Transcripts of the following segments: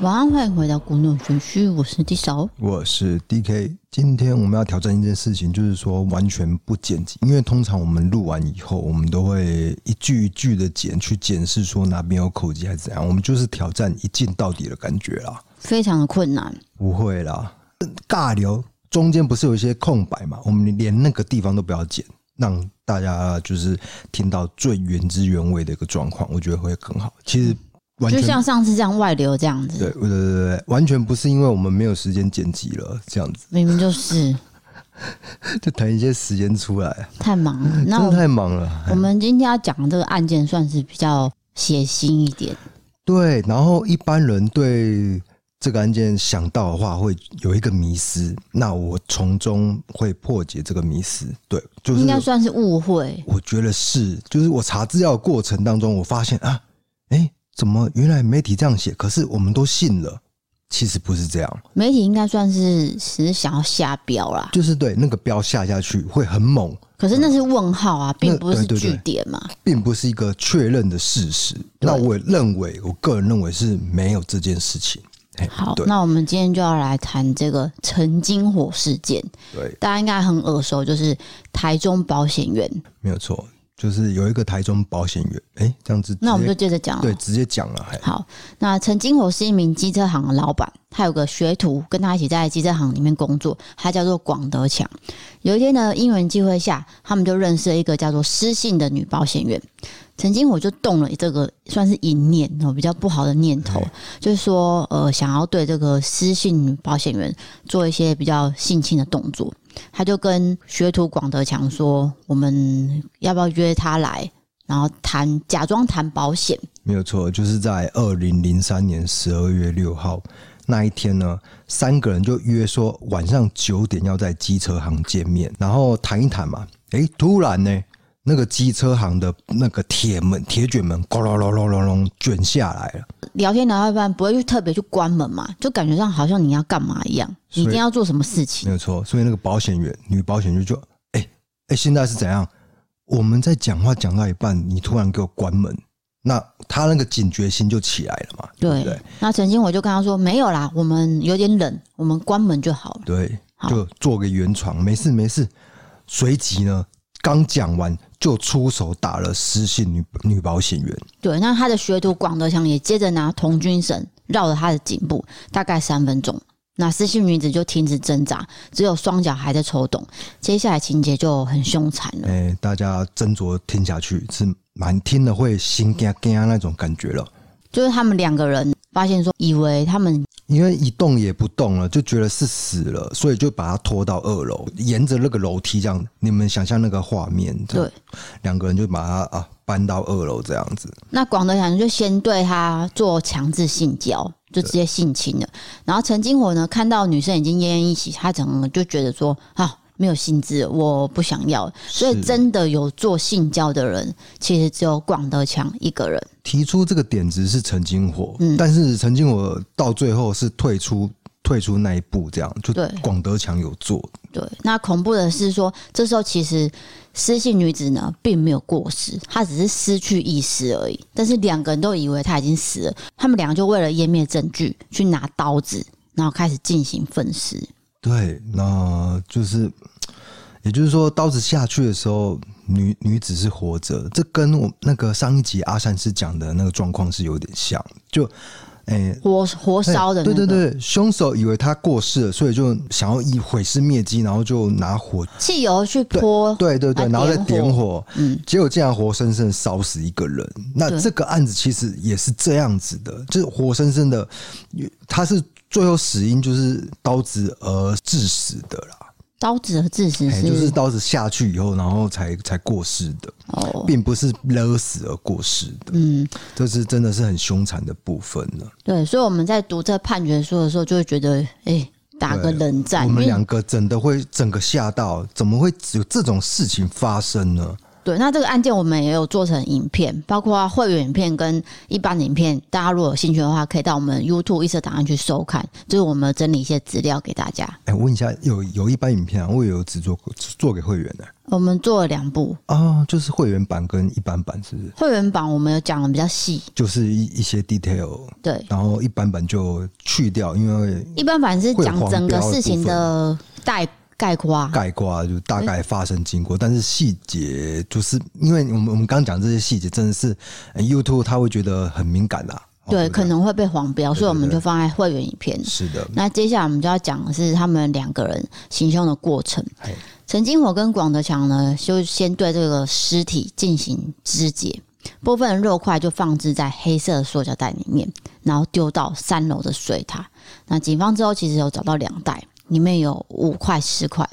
晚安，欢迎回到古诺玄虚，我是 D 嫂。我是 DK，今天我们要挑战一件事情，就是说完全不剪辑，因为通常我们录完以后，我们都会一句一句的剪，去检视说哪边有口技还是怎样。我们就是挑战一镜到底的感觉啦，非常的困难，不会啦，尬聊中间不是有一些空白嘛，我们连那个地方都不要剪，让大家就是听到最原汁原味的一个状况，我觉得会更好。其实完就全像上次这样外流这样对子，对对对，对完全不是因为我们没有时间剪辑了，这样子明明就是就腾一些时间出来。太忙了。那 真我的们太忙了。我们今天要讲的这个案件算是比较血腥一点，对，然后一般人对这个案件想到的话，会有一个迷失。那我从中会破解这个迷失。对，就是应该算是误会。我觉得是，就是我查资料的过程当中，我发现啊，哎、怎么原来媒体这样写，可是我们都信了。其实不是这样，媒体应该算是只是想要下标啦，就是对那个标下下去会很猛，可是那是问号啊，并不是对嗯对对据点嘛。并不是一个确认的事实。那我认为，我个人认为是没有这件事情。嘿好对，那我们今天就要来谈这个陈金火事件，对，大家应该很耳熟，就是台中保险员。没有错，就是有一个台中保险员，哎、这样子直接，那我们就接着讲了啊对直接讲了，哎还好，那陈金火是一名机车行的老板，他有个学徒跟他一起在机车行里面工作，他叫做广德强。有一天呢，因缘际会下，他们就认识了一个叫做失信的女保险员。陈金火就动了这个算是淫念哦，比较不好的念头，就是说呃，想要对这个失信女保险员做一些比较性侵的动作。他就跟学徒广德强说：“我们要不要约他来，然后谈假装谈保险？”没有错，就是在二零零三年十二月六号那一天呢，三个人就约说晚上九点要在机车行见面，然后谈一谈嘛。哎、突然呢，那个机车行的那个铁门铁卷门，咕隆隆隆隆隆卷下来了。聊天聊到一半，不会去特别去关门嘛，就感觉上好像你要干嘛一样，你所以嗯一定要做什么事没情。有错，所以那个保险员，女保险员就，哎、哎、现在是怎样？我们在讲话讲到一半，你突然给我关门，那他那个警觉心就起来了嘛，对对，不对？那曾经我就跟他说没有啦，我们有点冷，我们关门就好了。对，好就做个圆床，没事没事。随即呢，刚讲完就出手打了失信女女保险员，对，那他的学徒广德强也接着拿童军绳绕着他的颈部，大概三分钟。那失信女子就停止挣扎，只有双脚还在抽动。接下来情节就很凶残了。哎、大家斟酌听下去是蛮听了会心惊惊那种感觉了。就是他们两个人发现说，以为他们因为一动也不动了，就觉得是死了，所以就把他拖到二楼，沿着那个楼梯这样，你们想象那个画面，这样对，两个人就把他啊搬到二楼这样子，那广德强就先对他做强制性交，就直接性侵了。然后陈金火呢，看到女生已经奄奄一息，他整个就觉得说啊，没有兴致了，我不想要。所以是真的有做性交的人，其实只有广德强一个人。提出这个点子是陈金火，嗯但是陈金火到最后是退出退出那一步，这样就对广德强有做，对，那恐怖的是说，这时候其实失信女子呢并没有过失，她只是失去意识而已。但是两个人都以为她已经死了，他们两个就为了湮灭证据，去拿刀子，然后开始进行分尸。对，那就是，也就是说，刀子下去的时候，女女子是活着，这跟我那个上一集阿善师讲的那个状况是有点像，就，诶、火火烧的、那哎个对对对，凶手以为他过世了，所以就想要以毁尸灭迹，然后就拿火，汽油去泼，对对对，啊然后再点点火火，嗯，结果竟然活生生烧死一个人。对那这个案子其实也是这样子的，就是活生生的，他是最后死因就是刀子而致死的啦。刀子的致死是、哎、就是刀子下去以后，然后才才过世的，哦，并不是勒死而过世的，嗯，这是真的是很凶残的部分了。对，所以我们在读这判决书的时候，就会觉得，哎、打个冷战，我因们为两个真的会整个吓到，怎么会有这种事情发生呢？对，那这个案件我们也有做成影片，包括会员影片跟一般的影片，大家如果有兴趣的话，可以到我们 YouTube 一色档案去收看，就是我们整理一些资料给大家。哎、问一下，有有一般影片啊，我也有只做过做给会员的我们做了两部啊，就是会员版跟一般版是不是？会员版，我们有讲的比较细，就是一一些 detail，对，然后一般版就去掉，因为一般版是讲会有黄整个标的事情的概概括，啊概括就大概发生经过，但是细节就是因为我们我们刚讲这些细节，真的是呃 YouTube 他会觉得很敏感啦。哦对，不可能会被黄标，所以我们对对就放在会员影片。是的，那接下来我们就要讲的是他们两个人行凶的过程嘿。陈金火跟广德强呢，就先对这个尸体进行肢解，部分的肉块就放置在黑色的塑胶袋里面，然后丢到三楼的水塔。那警方之后其实有找到两袋，里面有五块、十块，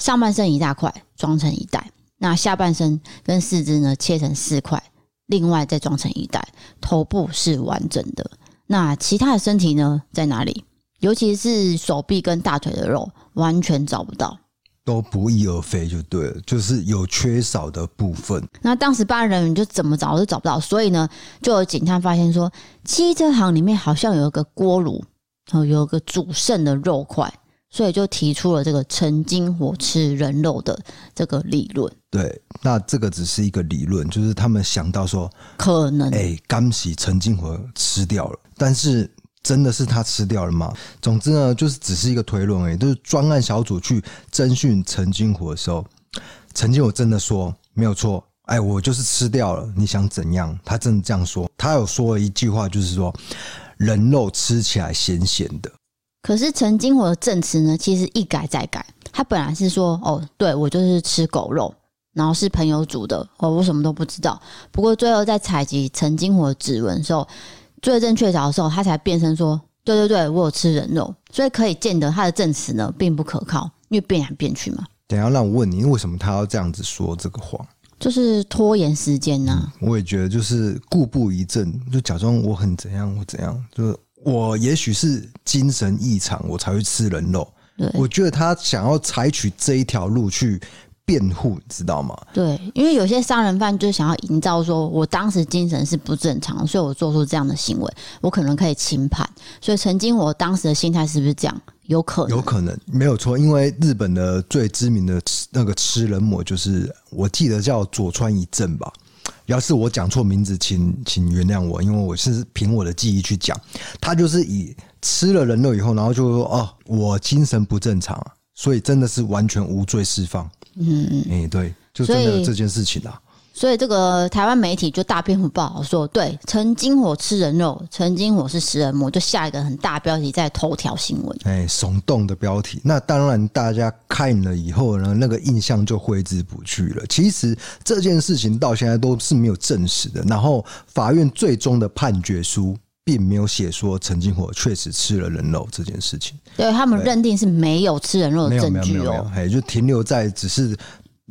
上半身一大块装成一袋，那下半身跟四肢呢切成四块，另外再装成一袋，头部是完整的。那其他的身体呢在哪里？尤其是手臂跟大腿的肉，完全找不到。都不翼而飞就对了，就是有缺少的部分。那当时办案人员就怎么找都找不到，所以呢，就有警探发现说，汽车行里面好像有一个锅炉，哦，有一个煮剩的肉块，所以就提出了这个曾经火吃人肉的这个理论，对，那这个只是一个理论，就是他们想到说，可能、哎、干洗陈金河吃掉了，但是真的是他吃掉了吗？总之呢，就是只是一个推论而已。就是专案小组去侦讯陈金河的时候，陈金河真的说没有错，哎、我就是吃掉了，你想怎样？他真的这样说，他有说了一句话，就是说人肉吃起来咸咸的，可是陈金火的证词呢，其实一改再改。他本来是说，哦，对我就是吃狗肉，然后是朋友煮的，哦，我什么都不知道。不过最后在采集陈金火的指纹的时候，罪证确凿的时候，他才变身说，对对对，我有吃人肉。所以可以见得他的证词呢，并不可靠，因为变来变去嘛，等一下让我问你，为什么他要这样子说这个谎？就是拖延时间呐、我也觉得就是故布疑阵，就假装我很怎样，我怎样，就是我也许是精神异常，我才会吃人肉。对我觉得他想要采取这一条路去辩护，你知道吗？对，因为有些杀人犯就想要营造说，我当时精神是不正常，所以我做出这样的行为，我可能可以轻判。所以曾经我当时的心态是不是这样？有可能，有可能没有错，因为日本的最知名的吃那个吃人魔就是我记得叫佐川一正吧。要是我讲错名字，请请原谅我，因为我是凭我的记忆去讲。他就是以吃了人肉以后，然后就说哦，我精神不正常，啊所以真的是完全无罪释放。嗯嗯。哎、对，就真所的以有这件事情啊。所以这个台湾媒体就大篇幅报道说，对，曾经我吃人肉，曾经我是食人魔，就下一个很大标题在头条新闻。哎，耸动的标题。那当然，大家看了以后呢，那个印象就挥之不去了。其实这件事情到现在都是没有证实的。然后，法院最终的判决书并没有写说陈金火确实吃了人肉这件事情，对他们对认定是没有吃人肉没的有，没证有，没据有，没有哦。，哎，就停留在只是。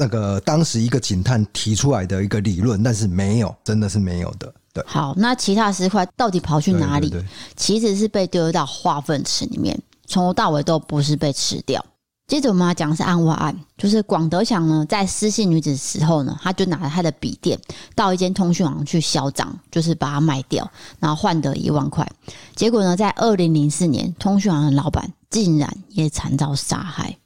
那个当时一个警探提出来的一个理论，但是没有，真的是没有的，对，好，那其他尸块到底跑去哪里？对对对其实是被丢到化粪池里面，从头到尾都不是被吃掉。接着我们要讲的是案外案，就是广德强呢在失信女子的时候呢，他就拿了他的笔电到一间通讯行去销赃，就是把它卖掉，然后换得一万块。结果呢，在二零零四年，通讯行的老板竟然也惨遭杀害，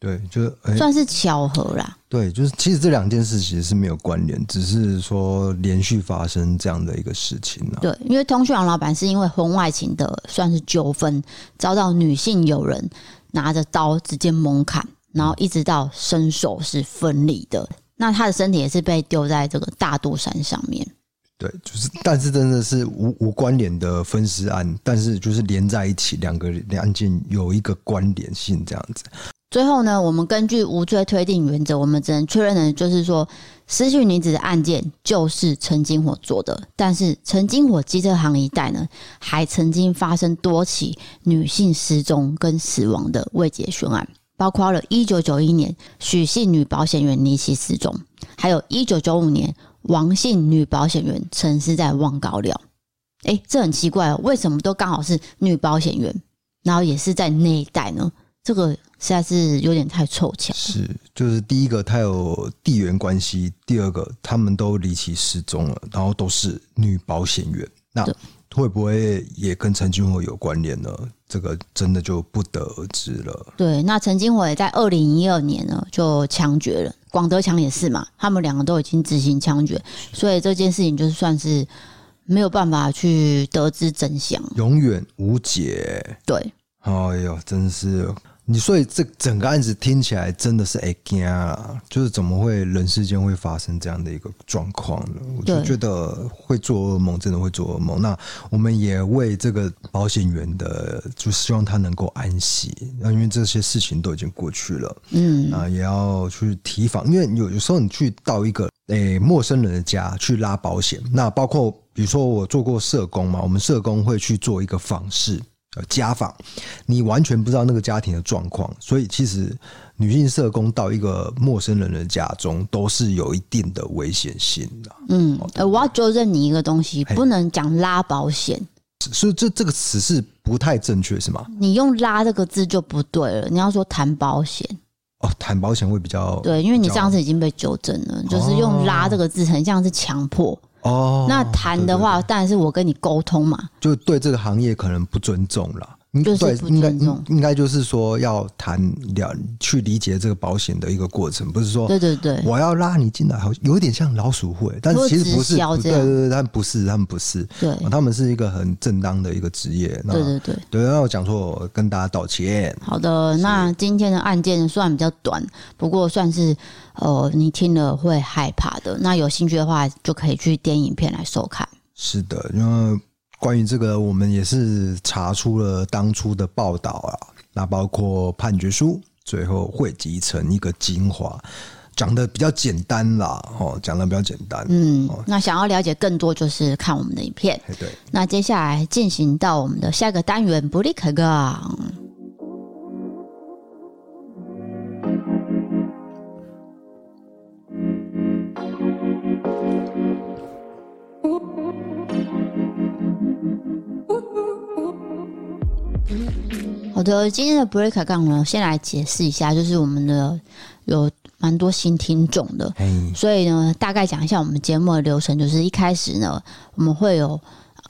对，就是哎算是巧合啦。对，就是其实这两件事其实是没有关联，只是说连续发生这样的一个事情啊。对，因为通讯行老板是因为婚外情的算是纠纷，遭到女性友人拿着刀直接猛砍，然后一直到身首是分离的。那他的身体也是被丢在这个大肚山上面。对，就是，但是真的是无无关联的分尸案，但是就是连在一起，两个案件有一个关联性这样子。最后呢，我们根据无罪推定原则，我们只能确认的就是说，失去女子的案件就是陈金火做的，但是陈金火机车行一带呢，还曾经发生多起女性失踪跟死亡的未解悬案，包括了1991年许姓女保险员离奇失踪，还有1995年王姓女保险员沉尸在望高寮。诶，这很奇怪哦，为什么都刚好是女保险员，然后也是在那一带呢？这个实在是有点太凑巧。是，就是第一个他有地缘关系，第二个他们都离奇失踪了，然后都是女保险员，那对会不会也跟陈俊宏有关联呢？这个真的就不得而知了。对，那陈金伟在二零一二年呢就枪决了，广德强也是嘛，他们两个都已经执行枪决，所以这件事情就算是没有办法去得知真相。永远无解。对，哎呦，真是你，所以这整个案子听起来真的是哎呀，啊，就是怎么会人世间会发生这样的一个状况呢？我就对觉得会做噩梦，真的会做噩梦。那我们也为这个保险员的，就希望他能够安息，那因为这些事情都已经过去了。嗯，啊、也要去提防，因为有有时候你去到一个诶、陌生人的家去拉保险，那包括比如说我做过社工嘛，我们社工会去做一个访视。呃，家访，你完全不知道那个家庭的状况，所以其实女性社工到一个陌生人的家中都是有一定的危险性的、嗯，呃，我要纠正你一个东西，嘿不能讲拉保险，所以这这个词是不太正确，是吗？你用“拉”这个字就不对了，你要说谈保险。哦，谈保险会比较对，因为你比较上次已经被纠正了，就是用“拉”这个字很像是强迫。哦，那谈的话，当然是我跟你沟通嘛。就对这个行业可能不尊重啦。应就是对不应该尊重应应该就是说要谈了去理解这个保险的一个过程，不是说对对对，哦我要拉你进来，好有点像老鼠会，但或是其实不直是，销不这对样对对，他们不是，他们不是，对哦他们是一个很正当的一个职业。那对对对。对，那我讲错，我跟大家道歉。好的，那今天的案件虽然比较短，不过算是呃你听了会害怕的。那有兴趣的话，就可以去电影片来收看。是的，因为关于这个，我们也是查出了当初的报道啊，那包括判决书，最后汇集成一个精华，讲的比较简单啦，哦，讲的比较简单，嗯，哦那想要了解更多，就是看我们的影片。嘿对。那接下来进行到我们的下一个单元“不利可杠好的，今天的 break 杠呢，先来解释一下，就是我们的有蛮多新听众的，嘿，所以呢，大概讲一下我们节目的流程，就是一开始呢，我们会有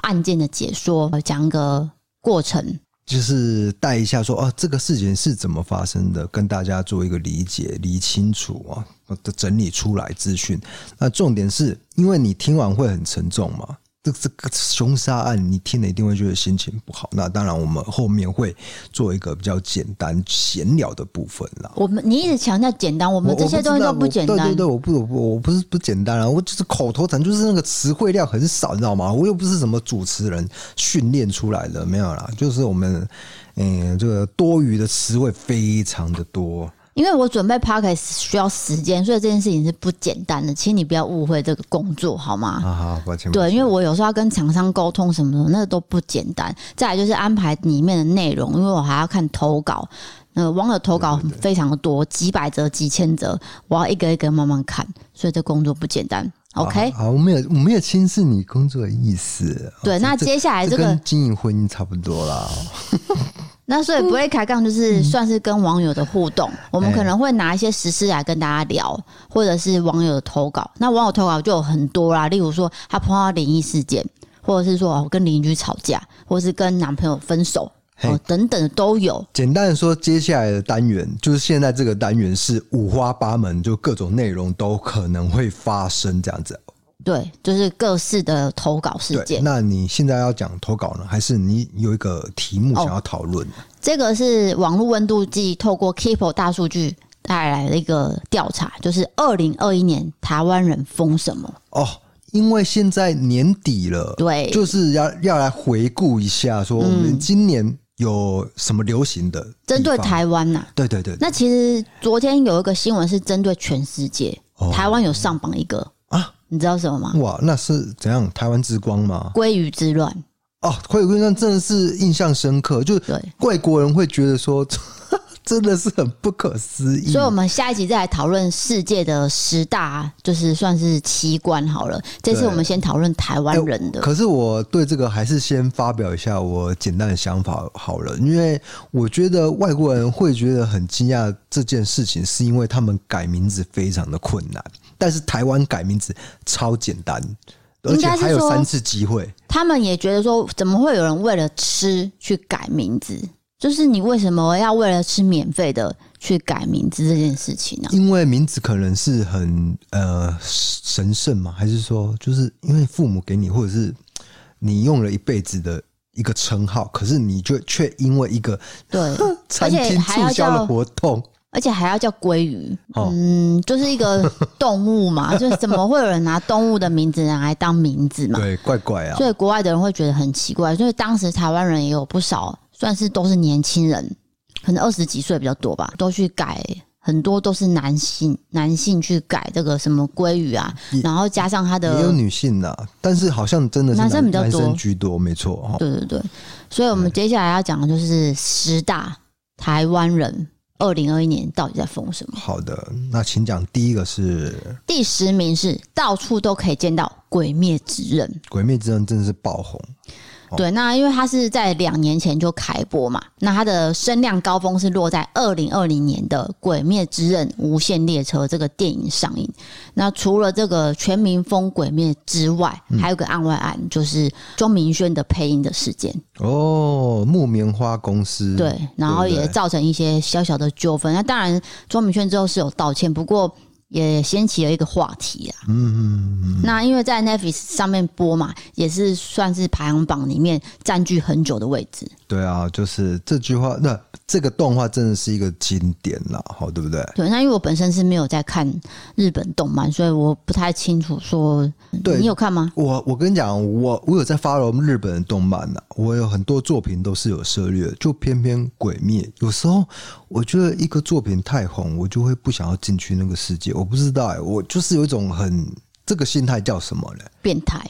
案件的解说，讲个过程。就是带一下说哦，这个事情是怎么发生的，跟大家做一个理解、理清楚啊，的整理出来资讯。那重点是因为你听完会很沉重嘛，这这个凶杀案你听了一定会觉得心情不好。那当然，我们后面会做一个比较简单闲聊的部分啦。我们你一直强调简单，我们这些东西都不不知简道我单对对。对，我不我不我不是不简单啊，我就是口头禅，就是那个词汇量很少，你知道吗？我又不是什么主持人训练出来的，没有啦，就是我们嗯、这个多余的词汇非常的多。因为我准备 p o d c a s t 需要时间，所以这件事情是不简单的，请你不要误会这个工作好吗？啊，好，抱歉，对，因为为我有时候要跟厂商沟通什么的，那都不简单。再来就是安排里面的内容，因为我还要看投稿，呃，网友投稿非常的多，几百则、几千则，我要一个一个慢慢看，所以这工作不简单。OK，啊好，我没有我没有轻视你工作的意思。啊对，那接下来这个跟，经营婚姻差不多啦。那所以不会开杠就是算是跟网友的互动，我们嗯哎可能会拿一些实事来跟大家聊，或者是网友的投稿。那网友投稿就有很多啦，例如说他碰到灵异事件，或者是说哦跟邻居吵架，或是跟男朋友分手。嘿哦，等等的都有，简单的说，接下来的单元就是现在这个单元是五花八门，就各种内容都可能会发生这样子。对，就是各式的投稿事对，件。那你现在要讲投稿呢，还是你有一个题目哦想要讨论？这个是网络温度计透过 Keepo 大数据带来的一个调查，就是二零二一年台湾人封什么？哦因为现在年底了，对就是要要来回顾一下，说我们今年有什么流行的地方针对，台湾呐、对对对，那其实昨天有一个新闻是针对全世界，哦台湾有上榜一个啊，你知道什么吗？哇，那是怎样？台湾之光吗？鲑鱼之乱，嗯哦，回归上真的是印象深刻，就是对外国人会觉得说。 真的是很不可思议。所以，我们下一集再来讨论世界的十大，就是算是奇观好了。这次对我们先讨论台湾人的，可是我对这个还是先发表一下我简单的想法好了，因为我觉得外国人会觉得很惊讶这件事情，是因为他们改名字非常的困难，但是台湾改名字超简单，而应且该是还有说三次机会。他们也觉得说，怎么会有人为了吃去改名字？就是你为什么要为了吃免费的去改名字这件事情啊呢、因为名字可能是很呃神圣嘛，还是说就是因为父母给你，或者是你用了一辈子的一个称号，可是你却却因为一个 对，餐厅还要促销叫的活动，而且还要叫鲑鱼，哦嗯，就是一 个动物嘛，就是怎么会有人拿动物的名字拿来当名字嘛？对，怪怪啊所。以国外的人会觉得很奇怪，所以当时台湾人也有不少，算是都是年轻人，可能二十几岁比较多吧，都去改。很多都是男性，男性去改这个什么鲑鱼啊也，然后加上他也有的，女性呐、但是好像真的是男生比较男多生居多，没错哦。对对对，所以我们接下来要讲的就是十大台湾人二零二一年到底在疯什么。好的，那请讲第一个是《第十名是到处都可以见到《鬼灭之刃》鬼灭之刃》，真的是爆红，对，那因为它是在两年前就开播嘛，那它的声量高峰是落在二零二零年的《鬼灭之刃：无限列车》这个电影上映。那除了这个全民疯《鬼灭》之外，还有个案外案，就是钟明轩的配音的事件。哦，木棉花公司对，然后对不对也造成一些小小的纠纷。那当然，钟明轩之后是有道歉，不过也掀起了一个话题啊。嗯嗯嗯。那因为在 Netflix 上面播嘛，也是算是排行榜里面占据很久的位置。对啊，就是这句话，那这个动画真的是一个经典啦，好，对不对？对，那因为我本身是没有在看日本动漫，所以我不太清楚说对嗯你有看吗？我我跟你讲，我我有在 follow 日本的动漫呐、我有很多作品都是有涉猎的，就偏偏《鬼灭》，有时候我觉得一个作品太红，我就会不想要进去那个世界。我不知道、欸，我就是有一种很这个心态叫什么 嘞？变态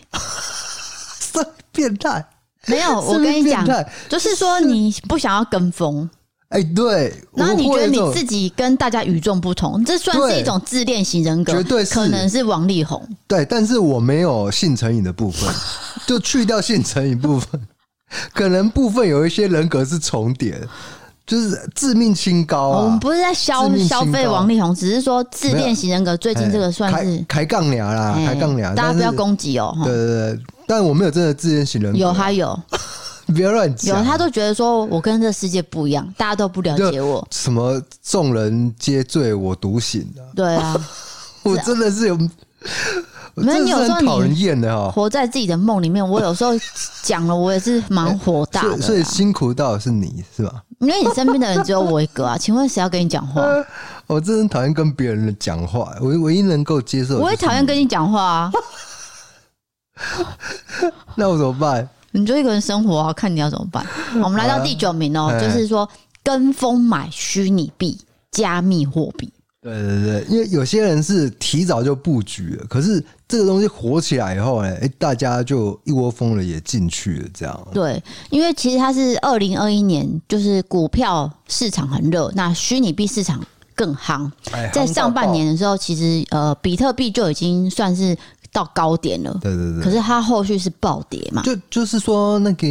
是变态？没有，我 是不是跟你变讲态，就是说你不想要跟风，哎、对，然后你我觉得会有你一种自己跟大家与众不同，这算是对一种自恋型人格，绝对是可能是王力宏。对，但是我没有性成瘾的部分， 就去掉性成瘾部分， 可能部分有一些人格是重叠的，就是致命清高我啊们。不是在消致命性消费高王力宏，只是说自恋型人格最近这个算是哎开开杠俩啦，哎开杠俩，大家不要但是攻击哦。哈对啊对对，但我没有真的自恋型人格，有他有不要乱有，讲，他都觉得说我跟这世界不一样，大家都不了解我。什么众人皆醉我独醒啊，对啊，我真的是有，我没有真的你有是时候很讨人你厌的哦。活在自己的梦里面。我有时候讲了，我也是蛮火大所的以，所以啦，辛苦到的是你是吧？因为你身边的人只有我一个啊。请 问谁要跟你讲话？呃我真的很讨厌跟别人讲话，我唯一能够接受。我也讨厌。跟你讲话啊，呃那我怎么办？你就一个人生活啊，看你要怎 么办。好我们来到第九名哦，哎就是说跟风买虚拟币、加密货币。对对对，因为有些人是提早就布局了，可是这个东西火起来以后呢，哎、大家就一窝蜂的也进去了，这样。对，因为其实它是二零二一年，就是股票市场很热，那虚拟币市场更夯。哎在上半，夯年的时候，其实呃，比特币就已经算是到高点了，到爆对对对，可是它后续是暴跌嘛。嗯就就是说那个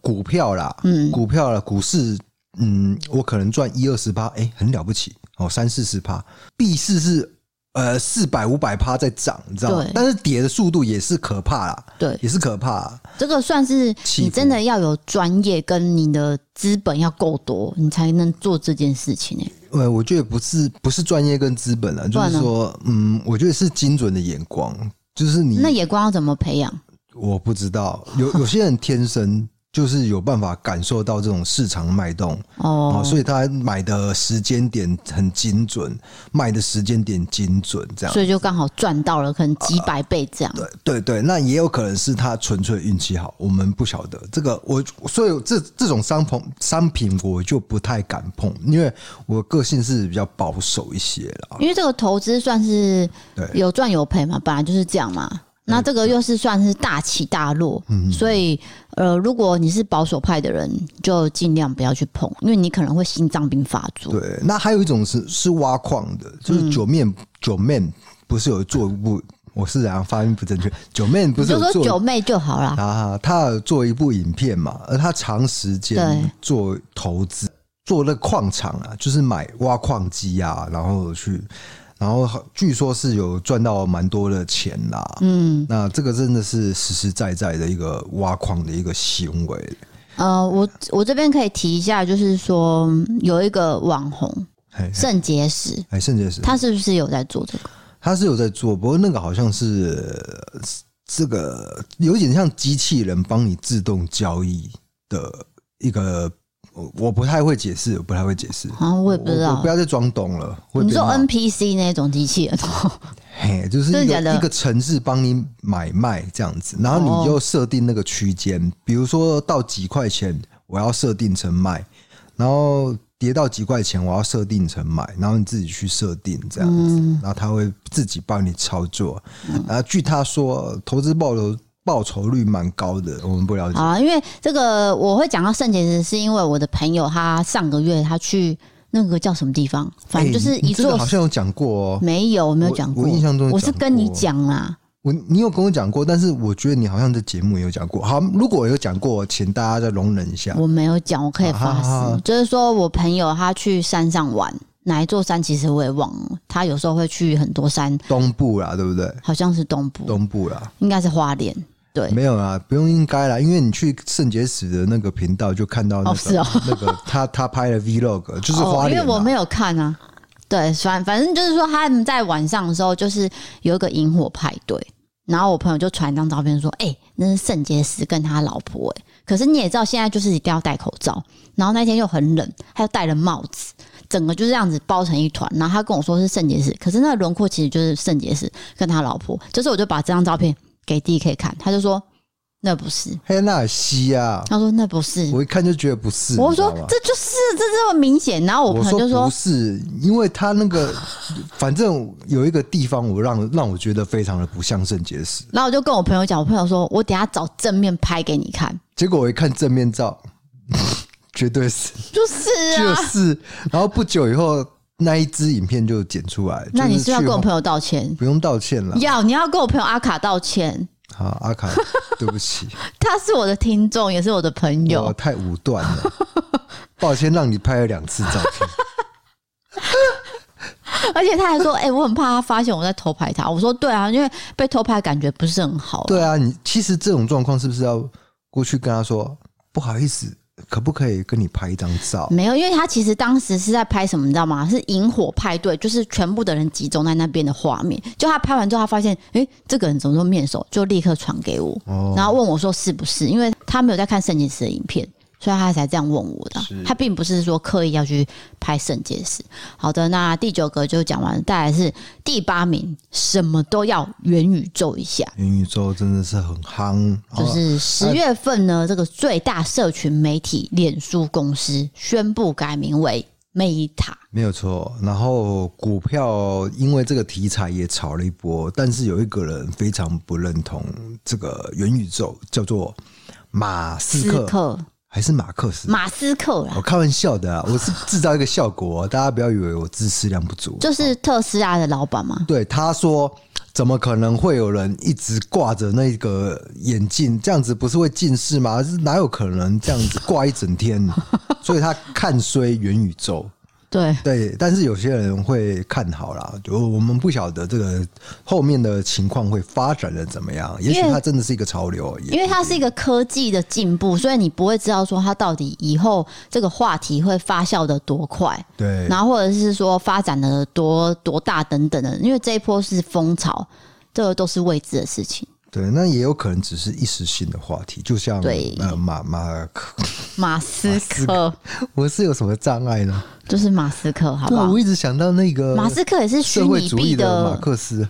股票啦，嗯股票啦，股市，嗯，我可能赚一二十趴，哎、很了不起哦，三四十趴，币市是呃四百五百趴在涨，你知道吗对？但是跌的速度也是可怕啦，对，也是可怕啦。这个算是起你伏真的要有专业跟你的资本要够多，你才能做这件事情、欸。呃，我觉得不是不是专业跟资本了，就然呢是说，嗯，我觉得是精准的眼光，就是你那眼光要怎么培养？我不知道，有有些人天生就是有办法感受到这种市场脉动，哦，哦，所以他买的时间点很精准，卖的时间点精准，这样所。以就刚好赚到了，可能几百倍这啊样。对对，那也有可能是他纯粹运气好，我们不晓得这个我，所以这这种商品商品我就不太敢碰，因为我个性是比较保守一些啦。因为这个投资算是对有赚有赔嘛，本来就是这样嘛。那这个又是算是大起大落，嗯所以呃，如果你是保守派的人，就尽量不要去碰，因为你可能会心脏病发作。对，那还有一种是是挖矿的，嗯就是九面、九面不是有做一部，我是然发音不正确，九面不你是就有说做九妹就好啦。啊，他有做一部影片嘛，而他长时间对做投资，做那矿场啊，就是买挖矿机啊，然后去，然后好据说是有赚到蛮多的钱啦。嗯，那这个真的是实实在在的一个挖矿的一个行为，呃，我我这边可以提一下，就是说有一个网红哎，肾结石，哎，甚至是他是不是有在做这个？他是有在做，不过那个好像是呃这个有点像机器人帮你自动交易的一个，我我不太会解释，我不太会解释。好像我也不知我道不。要再装懂了。会你被说骂 NPC 那种机器人，哦嘿，就是真一的假个的一个城市帮你买卖这样子，然后哦你就设定那个区间，比如说到几块钱我要设定成卖，然后跌到几块钱我要设定成买，然后你自己去设定这样子，嗯然后他会自己帮你操作。然后据他说，投资报酬报酬率蛮高的，我们不了 解好。啊，因为这个我会讲到肾结石，是因为我的朋友他上个月他去那个叫什么地方，反正就哎是你一你这个座嗯好像有讲过哦，没有我没有讲过，我印象中有我是讲跟你过讲啦，我你有跟我讲过，但是我觉得你好像在节目也有讲过。好，如果有讲过，请大家再容忍一下。我没有讲，我可以啊发好好好誓，就是说我朋友他去山上玩，哪一座山其实我也忘了，他有时候会去很多山，东部啦，对不对？好像是东部，东部啦，应该是花莲，对，没有啦，不用应该啦，因为你去圣结石的那个频道就看到那个、哦是哦那 个他他拍的 vlog，就是哦，花因莲、为啊我没有看啊。对，反反正就是说他们在晚上的时候，就是有一个萤火派对，然后我朋友就传一张照片说：“哎、那是圣杰斯跟他老婆。”哎，可是你也知道，现在就是一定要戴口罩，然后那天又很冷，他又戴了帽子，整个就这样子包成一团。然后他跟我说是圣杰斯，可是那个轮廓其实就是圣杰斯跟他老婆。就是我就把这张照片给 D K 看，他就说那不是，黑纳西啊，他说那不是。我一看就觉得不是。嗯我你知说道吗这就是这这么明显，然后我我朋友就不是，因为他那 个反正有一个地方我让让我觉得非常的不像圣结石，然后我就跟我朋友讲，我朋友说我等一下找正面拍给你看，结果我一看正面照， 绝对是。就是就啊。是，然后不久以后那一支影片就剪出来。那你是不是要去跟我红朋友道歉？不用道歉了？要，你要跟我朋友阿卡道歉，好，阿卡，对不起，他是我的听众，也是我的朋我友。太武 断了，抱歉让你拍了两次照片。而且他还说：“哎、我很怕他发现我在偷拍他。”我说：“对啊，因为被偷拍感觉不是很好。”对啊，你其实这种状况是不是要过去跟他说不好意思，可不可以跟你拍一张照？没有，因为他其实当时是在拍什么，你知道吗？是萤火派对，就是全部的人集中在那边的画面。就他拍完之后，他发现，诶，这个人怎么这么面熟，就立刻传给我，哦然后问我说是不是？因为他没有在看圣洁石的影片，所以他才这样问我的是。他并不是说刻意要去拍圣洁石。好的，那第九个就讲完了，再来是第八名，什么都要元宇宙一下。元宇宙真的是很夯，就哦是十月份呢，这个最大社群媒体脸书公司宣布改名为 Meta。没有错。然后股票因为这个题材也炒了一波，但是有一个人非常不认同这个元宇宙，叫做马斯斯克克、还是马克思？马斯克啦我，开玩笑的啊，我是制造一个效果、大家不要以为我知识量不足。就是特斯拉的老板嘛。对他说，怎么可能会有人一直挂着那个眼镜？这样子不是会近视吗？是哪有可能这样子挂一整天？所以他看衰元宇宙。对，对，但是有些人会看好啦，就我们不晓得这个后面的情况会发展的怎么样。也许因为它真的是一个潮流而已，因为它是一个科技的进步，所以你不会知道说它到底以后这个话题会发酵的多快，对然后或者是说发展的多多大等等的。因为这一波是风潮，这个都是未知的事情。对，那也有可能只是一时性的话题，就像对呃马马克，马斯克我是有什么障碍呢？就是马斯克，好不对啊，好我？一直想到那个马斯克也是虚社会拟主义币的马克思，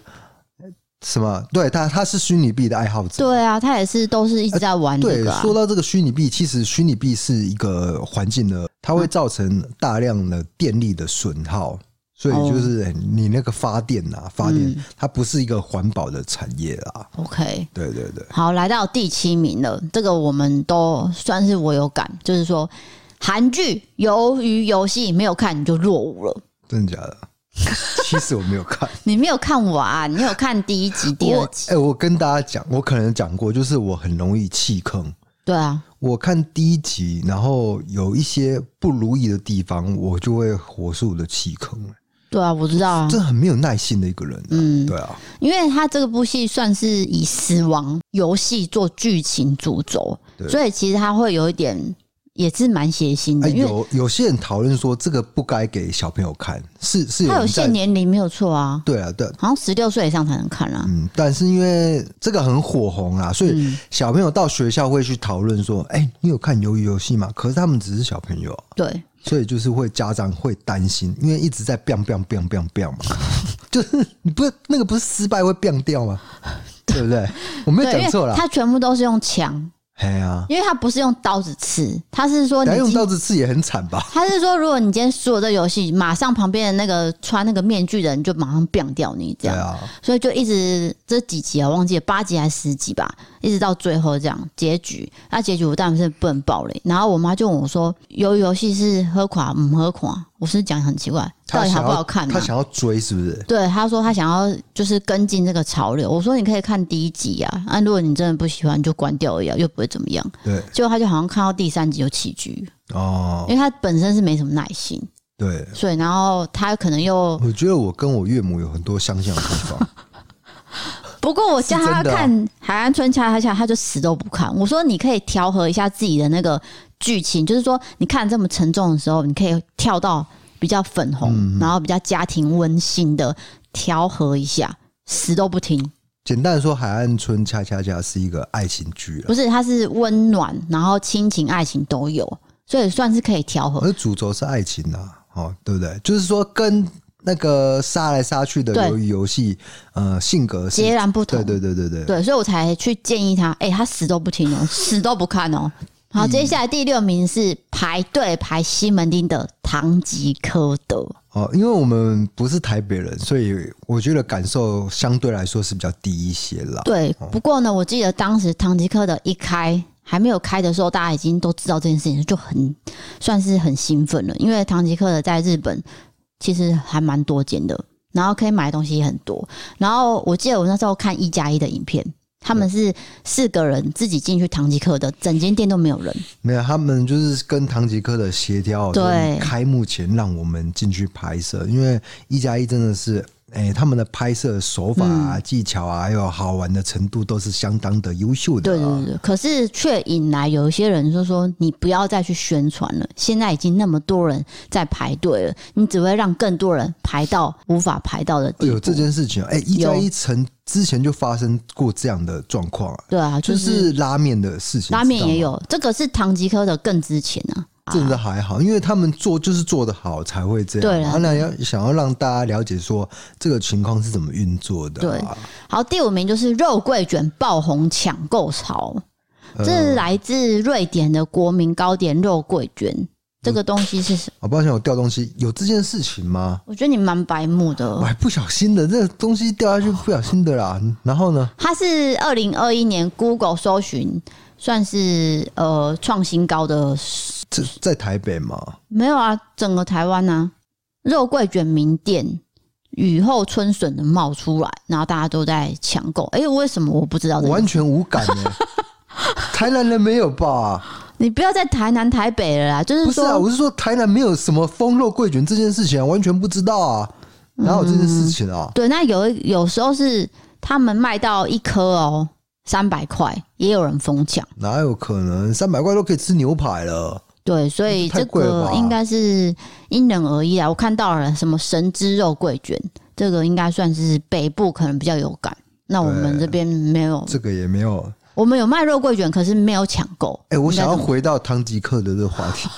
什么？对他，他是虚拟币的爱好者。对啊，他也是都是一直在玩这呃对个、，啊说到这个虚拟币，其实虚拟嗯币是一个环境的，它会造成大量的电力的损耗，所以哦就是、哎你那个发电呐、发电、嗯它不是一个环保的产业啦。 OK，对对对，好，来到第七名了，这个我们都算是我有感，就是说韩剧《鱿鱼游戏》没有看你就落伍了，真的假 的？其实我没有看，你没有看完，你有看第一集、 第我二哎、集，我跟大家讲，我可能讲过，就是我很容易弃坑。对啊，我看第一集，然后有一些不如意的地方，我就会火速的弃坑、对啊，我知道啊这，很没有耐心的一个人、啊。嗯对啊，因为他这个部戏算是以死亡游戏做剧情主轴，对所以其实他会有一点也是蛮血腥哎，的，因为有有些人讨论说这个不该给小朋友看，是是有他有人在限年龄没有错啊，对啊，对，好像十六岁以上才能看啊，嗯，但是因为这个很火红啊，所以嗯小朋友到学校会去讨论说，哎、你有看鱿鱼游戏吗？可是他们只是小朋友啊，对，所以就是会家长会担心，因为一直在 biang biang biang biang biang 嘛， 就是你不是那个不是失败会 biang 掉吗？对不对？我没有对，因讲错为啦，他全部都是用枪。哎呀，因为他不是用刀子刺，他是说你等下今用刀子刺也很惨吧？他是说，如果你今天输了这游戏，马上旁边的那个穿那个面具的人就马上变掉你，这对样，啊，所以就一直这几集啊，忘记了八集还是十集吧，一直到最后这样结局。那结局我当然是不能爆雷。然后我妈就问我说：“由于游戏是喝垮唔喝垮？”我是讲得很奇怪，到他底好想不要好看啊嘛他？想要追是不是？对，他说他想要就是跟进这个潮流。我说你可以看第一集啊，那、如果你真的不喜欢，你就关掉而已、啊，又不会怎么样。对，结果他就好像看到第三集就弃剧，哦因，为他本身是没什么耐心，对，所以然后他可能又我觉得我跟我岳母有很多相像的地 方。不过我叫他是真的啊看《海岸村恰恰恰》，他就死都不看。我说你可以调和一下自己的那个剧情，就是说你看这么沉重的时候，你可以跳到比较粉红，嗯然后比较家庭温馨的调和一下。死都不听，简单的说，《海岸村恰恰恰》是一个爱情剧啊了，不是，它是温暖，然后亲情、爱情都有，所以算是可以调和。而主轴是爱情啊，哦，对不对？就是说跟那个杀来杀去的对鱿鱼游戏，呃，性格是截，然不同，对对对对对，对，所以我才去建议他，哎、他死都不听哦，死都不看哦。好，嗯接下来第六名是排队排西门町的唐吉诃德，哦，因为我们不是台北人，所以我觉得感受相对来说是比较低一些啦。对。不过呢，我记得当时唐吉诃德一开还没有开的时候，大家已经都知道这件事情，就很算是很兴奋了，因为唐吉诃德在日本其实还蛮多间的，然后可以买的东西也很多。然后我记得我那时候看一加一的影片，他们是四个人自己进去唐吉诃德，整间店都没有人。没有，他们就是跟唐吉诃德协调，就是对开幕前让我们进去拍摄，因为一加一真的是，哎、他们的拍摄手法啊、嗯技巧啊，还有好玩的程度都是相当的优秀的、对啊。对对，可是却引来有一些人就说：“你不要再去宣传了，现在已经那么多人在排队了，你只会让更多人排到无法排到的地有步。这件事情啊，哎、一加一曾之前就发生过这样的状况啊，对啊，就就是是拉面的事情，拉面也知道有，啊这个是唐吉诃德更值钱啊。吗，这个还好，因为他们做就是做得好才会这样，对啦啊那要想要让大家了解说这个情况是怎么运作的、啊，好，第五名就是肉桂卷爆红抢购潮，呃这是来自瑞典的国民糕点肉桂卷。这个东西是什，啊，抱歉，我掉东西，有这件事情吗？我觉得你蛮白目的我。还不小心的，这东西掉下去不小心的啦。然后呢，它是二零二一年 Google 搜寻算是呃创新高的，这在台北嘛，没有啊，整个台湾啊，肉桂卷名店雨后春笋的冒出来，然后大家都在抢购。哎、为什么我不知道、我这个完全无感呢、台南人没有吧？你不要在台南、台北了啦，就是不是说，啊，我是说台南没有什么风肉桂卷这件事情、啊，完全不知道啊。哪有这件事情啊？对，那有一有时候是他们卖到一颗哦三百块，也有人疯抢。哪有可能？三百块都可以吃牛排了。对，所以太这贵了个吧应该是因人而异啊。我看到了什么神之肉桂卷，这个应该算是北部可能比较有感。那我们对这边没有，这个也没有。我们有卖肉桂卷，可是没有抢购。哎、我应该想要怎么回到汤吉克的这个话题。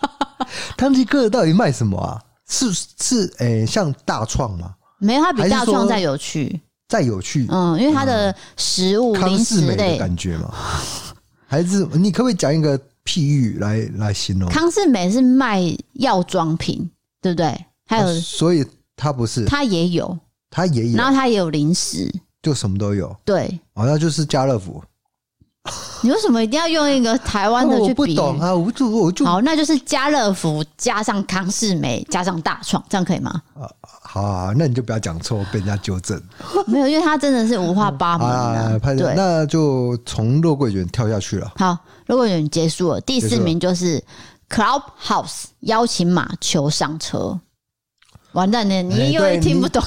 汤吉克到底卖什么啊？是是，哎、像大创嘛，没有，它比还是大创说再有趣。再有趣，嗯，因为它的食物康零食世美的类，感觉嘛？ 还是你可不可以讲一个譬喻来来形容？康士美是卖药妆品，对不对？还有啊所以他不是，他也有，他也有然，后他也有零食。就什么都有，对，好、像就是家乐福。你为什么一定要用一个台湾的我去不比喻？懂啊，我就我就好，那就是家乐福加上康士美加上大创，这样可以 吗？好啊，那你就不要讲错，被人家纠正没有，因为它真的是五花八门啊。啊。拍对，那就从肉桂卷跳 下去了。好，如果你结束了，第结四束了名就是 Clubhouse 邀请码求上车。完蛋了，哎你又对听不你懂。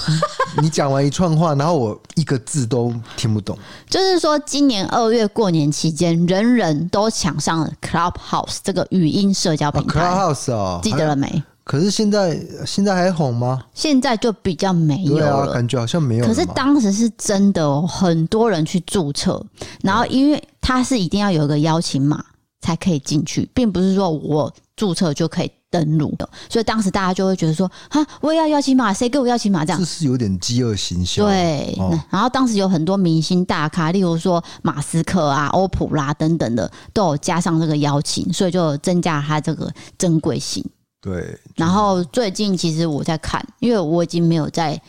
你讲完一串话，然后我一个字都听不懂。 就是说，今年二月过年期间，人人都抢上了 Clubhouse 这个语音社交啊平台， ，Clubhouse 哦，记得了没？可是现在现在还红吗？现在就比较没有对啊，了。感觉好像没有可了嘛。是当时是真的哦，很多人去注册，然嗯后因为它是一定要有一个邀请码才可以进去，并不是说我注册就可以登录的，所以当时大家就会觉得说，哈，我也要邀请码，谁给我邀请码这样这？是有点饥饿行销。，对，哦那然后当时有很多明星大咖，例如说马斯克啊、欧普拉等等的，都有加上这个邀请，所以就增加了它这个珍贵性。对，然后最近其实我在看，因为我已经没有在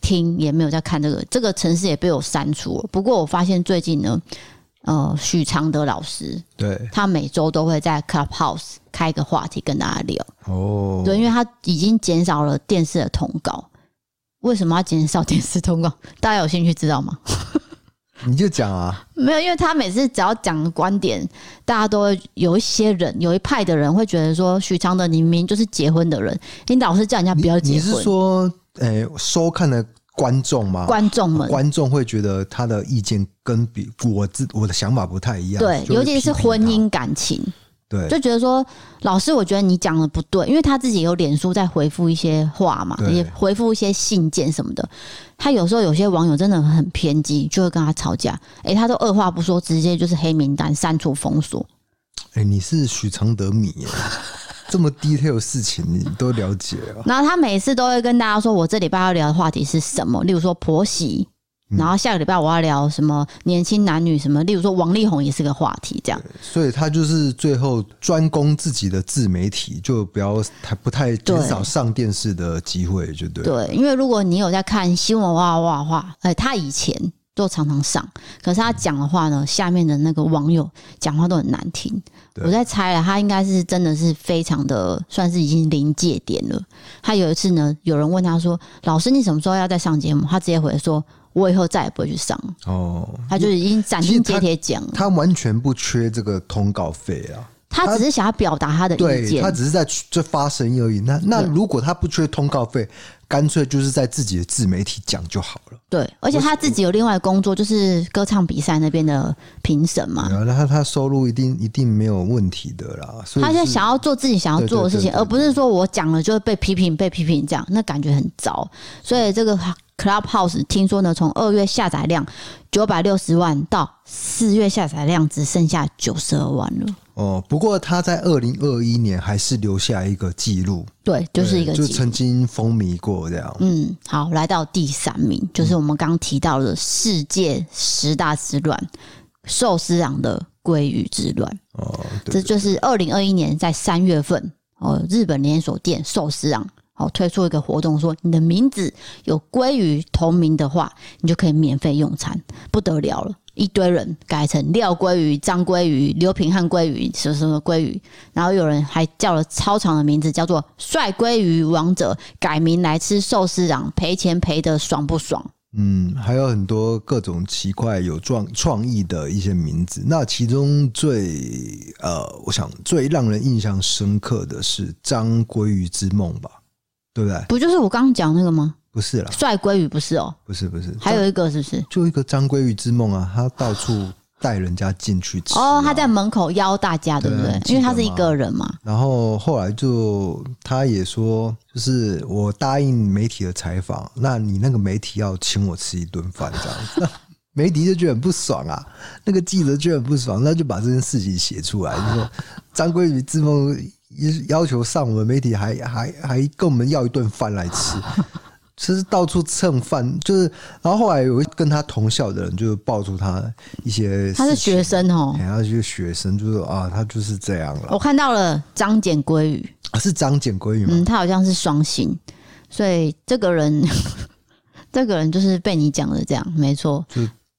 听，也没有在看这个，这个城市也被我删除了。不过我发现最近呢，呃，许常德老师对，他每周都会在 Clubhouse 开一个话题跟大家聊，哦，对，因为他已经减少了电视的通告。为什么要减少电视通告？大家有兴趣知道吗？呃你就讲啊，没有，因为他每次只要讲观点，大家都会有一些人，有一派的人会觉得说，许常德你明明就是结婚的人，你老是叫人家不要你结婚。是说，诶、收看的观众吗？观众们，哦观众会觉得他的意见跟比我自我的想法不太一样，对，就会尤其是批评他婚，姻感情，对，就觉得说，老师，我觉得你讲的不对，因为他自己有脸书在回复一些话嘛，对也回复一些信件什么的。他有时候有些网友真的很偏激，就会跟他吵架，诶、他都二话不说，直接就是黑名单、删除、封锁。哎、你是许常德米 耶，这么 detail 的事情你都了解啊？然后他每次都会跟大家说，我这礼拜要聊的话题是什么，例如说婆媳。嗯然后下个礼拜我要聊什么年轻男女什么，例如说王力宏也是个话题，这样所以他就是最后专攻自己的自媒体，就不要他不太对减少上电视的机会，就对。对，因为如果你有在看新闻哇哇哇，哎、他以前都常常上，可是他讲的话呢，下面的那个网友讲话都很难听。对我在猜了，他应该是真的是非常的，算是已经临界点了。他有一次呢，有人问他说：“老师，你什么时候要再上节目？”他直接回说：“我以后再也不会去上。哦，”他就已经斩钉截铁讲 了，他完全不缺这个通告费啊。他只是想要表达他的意对见他。只是在这发声而已。那那对如果他不缺通告费，干脆就是在自己的自媒体讲就好了。对，而且他自己有另外的工作，就是歌唱比赛那边的评审嘛。然后他他收入一定一定没有问题的啦。所以他是嗯是想要做自己想要做的事情，对对对对对而不是说我讲了就会被批评、被批评这样，那感觉很糟。所以这个 Clubhouse 听说呢，从二月下载量九百六十万到四月下载量只剩下九十二万了。哦，不过他在二零二一年还是留下一个记录，对，就是一个对就记录曾经风靡过这样。嗯，好，来到第三名，就是我们刚提到的世界十大之乱——寿司郎的鲑鱼之乱。哦，对这就是二零二一年在三月份，哦，日本连锁店寿司郎哦推出一个活动说你的名字有鲑鱼同名的话，你就可以免费用餐，不得了了。一堆人改成廖鲑鱼、张鲑鱼、刘品汉鲑鱼、什么什么鲑鱼，然后有人还叫了超长的名字，叫做“帅鲑鱼王者”，改名来吃寿司郎，赔钱赔的爽不爽？嗯，还有很多各种奇怪有创创意的一些名字。那其中最呃，我想最让人印象深刻的是“张鲑鱼之梦”吧，对不对？不就是我刚刚讲那个吗？不是啦，帅鲑鱼不是哦，不是不是，还张有一个是不是？就一个“张鲑鱼之梦”啊，他到处带人家进去吃、啊哦，他在。门口邀大家，对不对啊对你？记因为他得是一吗个人嘛，然后后来就他也说，就是我答应媒体的采访，那你那个媒体要请我吃一顿饭这样子。 媒体就觉得很不爽啊，那个记者就很不爽，那就把这件事情写出来，就说张桂宇自梦要求上我们媒体还，还还跟我们要一顿饭来吃，就是到处蹭饭，就是。然后后来有跟他同校的人就爆出他一些事情，他是学生哦哎，。然后就是学生就说啊，他就是这样了，我看到了张简鲑鱼，嗯啊是张简归宇吗？嗯，他好像是双性，所以这个人， 这个人就是被你讲的这样，没错。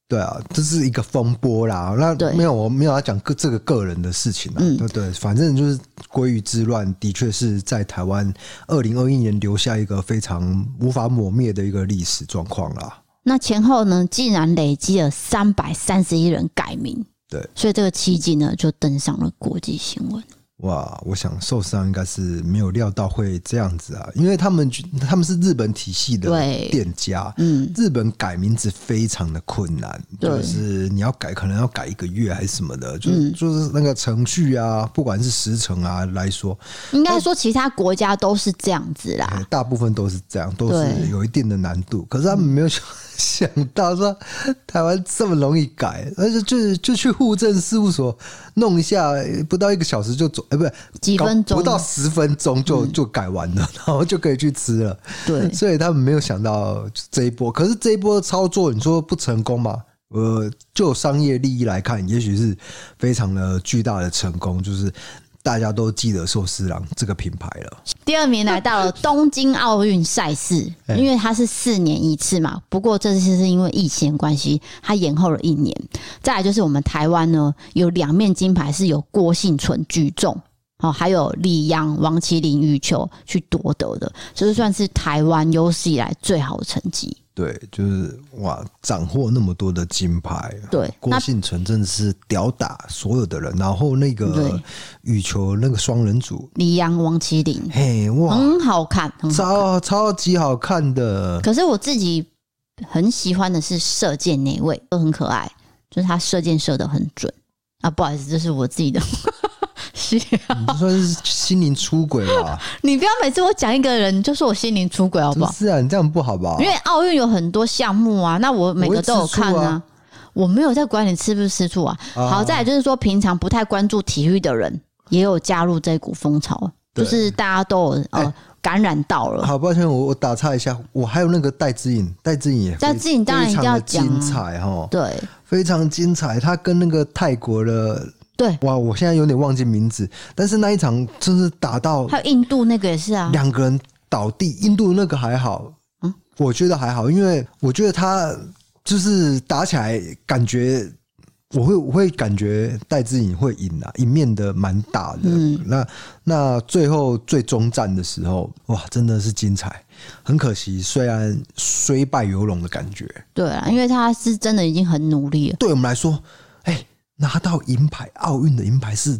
对啊，这是一个风波啦。那对没有，我没有要讲个这个个人的事情啦。啊嗯对对，反正就是鲑鱼之乱，的确是在台湾二零二一年留下一个非常无法抹灭的一个历史状况啦。那前后呢，竟然累积了三百三十一人改名，对，所以这个奇迹呢就登上了国际新闻。哇，我想受伤应该是没有料到会这样子啊，因为他们他们是日本体系的对店家，嗯，日本改名字非常的困难，对就是你要改，可能要改一个月还是什么的，就、嗯就是那个程序啊，不管是时程啊来说，应该说其他国家都是这样子啦。哎大部分都是这样，都是对有一定的难度。可是他们没有想、想到说台湾这么容易改，而且就就去户政事务所弄一下，不到一个小时就走，哎、不是几搞分钟嗯不到十分钟就、就改完了，然后就可以去吃了。对 所以他们没有想到这一波。可是这一波操作，你说不成功嘛？呃，就商业利益来看，也许是非常的巨大的成功，就是大家都记得寿司郎这个品牌了。第二名来到了东京奥运赛事，哎因为它是四年一次嘛。不过这次是因为疫情的关系，它延后了一年。再来就是我们台湾呢，有两面金牌是由郭幸存举重。哦，还有李阳、王麒麟羽球去夺得的，这就算是台湾有史以来最好的成绩。对，就是哇，斩获那么多的金牌，对郭那幸存真的是吊打所有的人。然后那个对羽球那个双人组，李阳、王麒麟嘿哇，很好看，很好看。超超级好看的。可是我自己很喜欢的是射箭那一位，都很可爱，就是他射箭射的很准啊。不好意思，这是我自己的 喜好。你就算是心灵出轨吧？你不要每次我讲一个人就说我心灵出轨好不不好？是啊，你这样不好吧因？为奥运有很多项目啊，那我每个都有看我会吃醋啊啊。我没有在管你吃不吃醋啊。啊好在就是说，平常不太关注体育的人也有加入这一股风潮，就对是大家都有呃哎感染到了。好，抱歉，我我打岔一下，我还有那个戴志颖，戴志颖也戴志颖当然一定要非常讲啊的精彩哈，对非常精彩。他跟那个泰国的对，哇，我现在有点忘记名字，但是那一场真是打到还有印度那个也是啊。两个人倒地，印度那个还好，嗯我觉得还好，因为我觉得他就是打起来感觉。我会我会感觉戴志颖会赢啊，赢面的蛮大的。嗯那那最后最终战的时候，哇，真的是精彩。很可惜，虽然虽败犹荣的感觉，对啊，因为他是真的已经很努力了。对我们来说，哎、拿到银牌，奥运的银牌是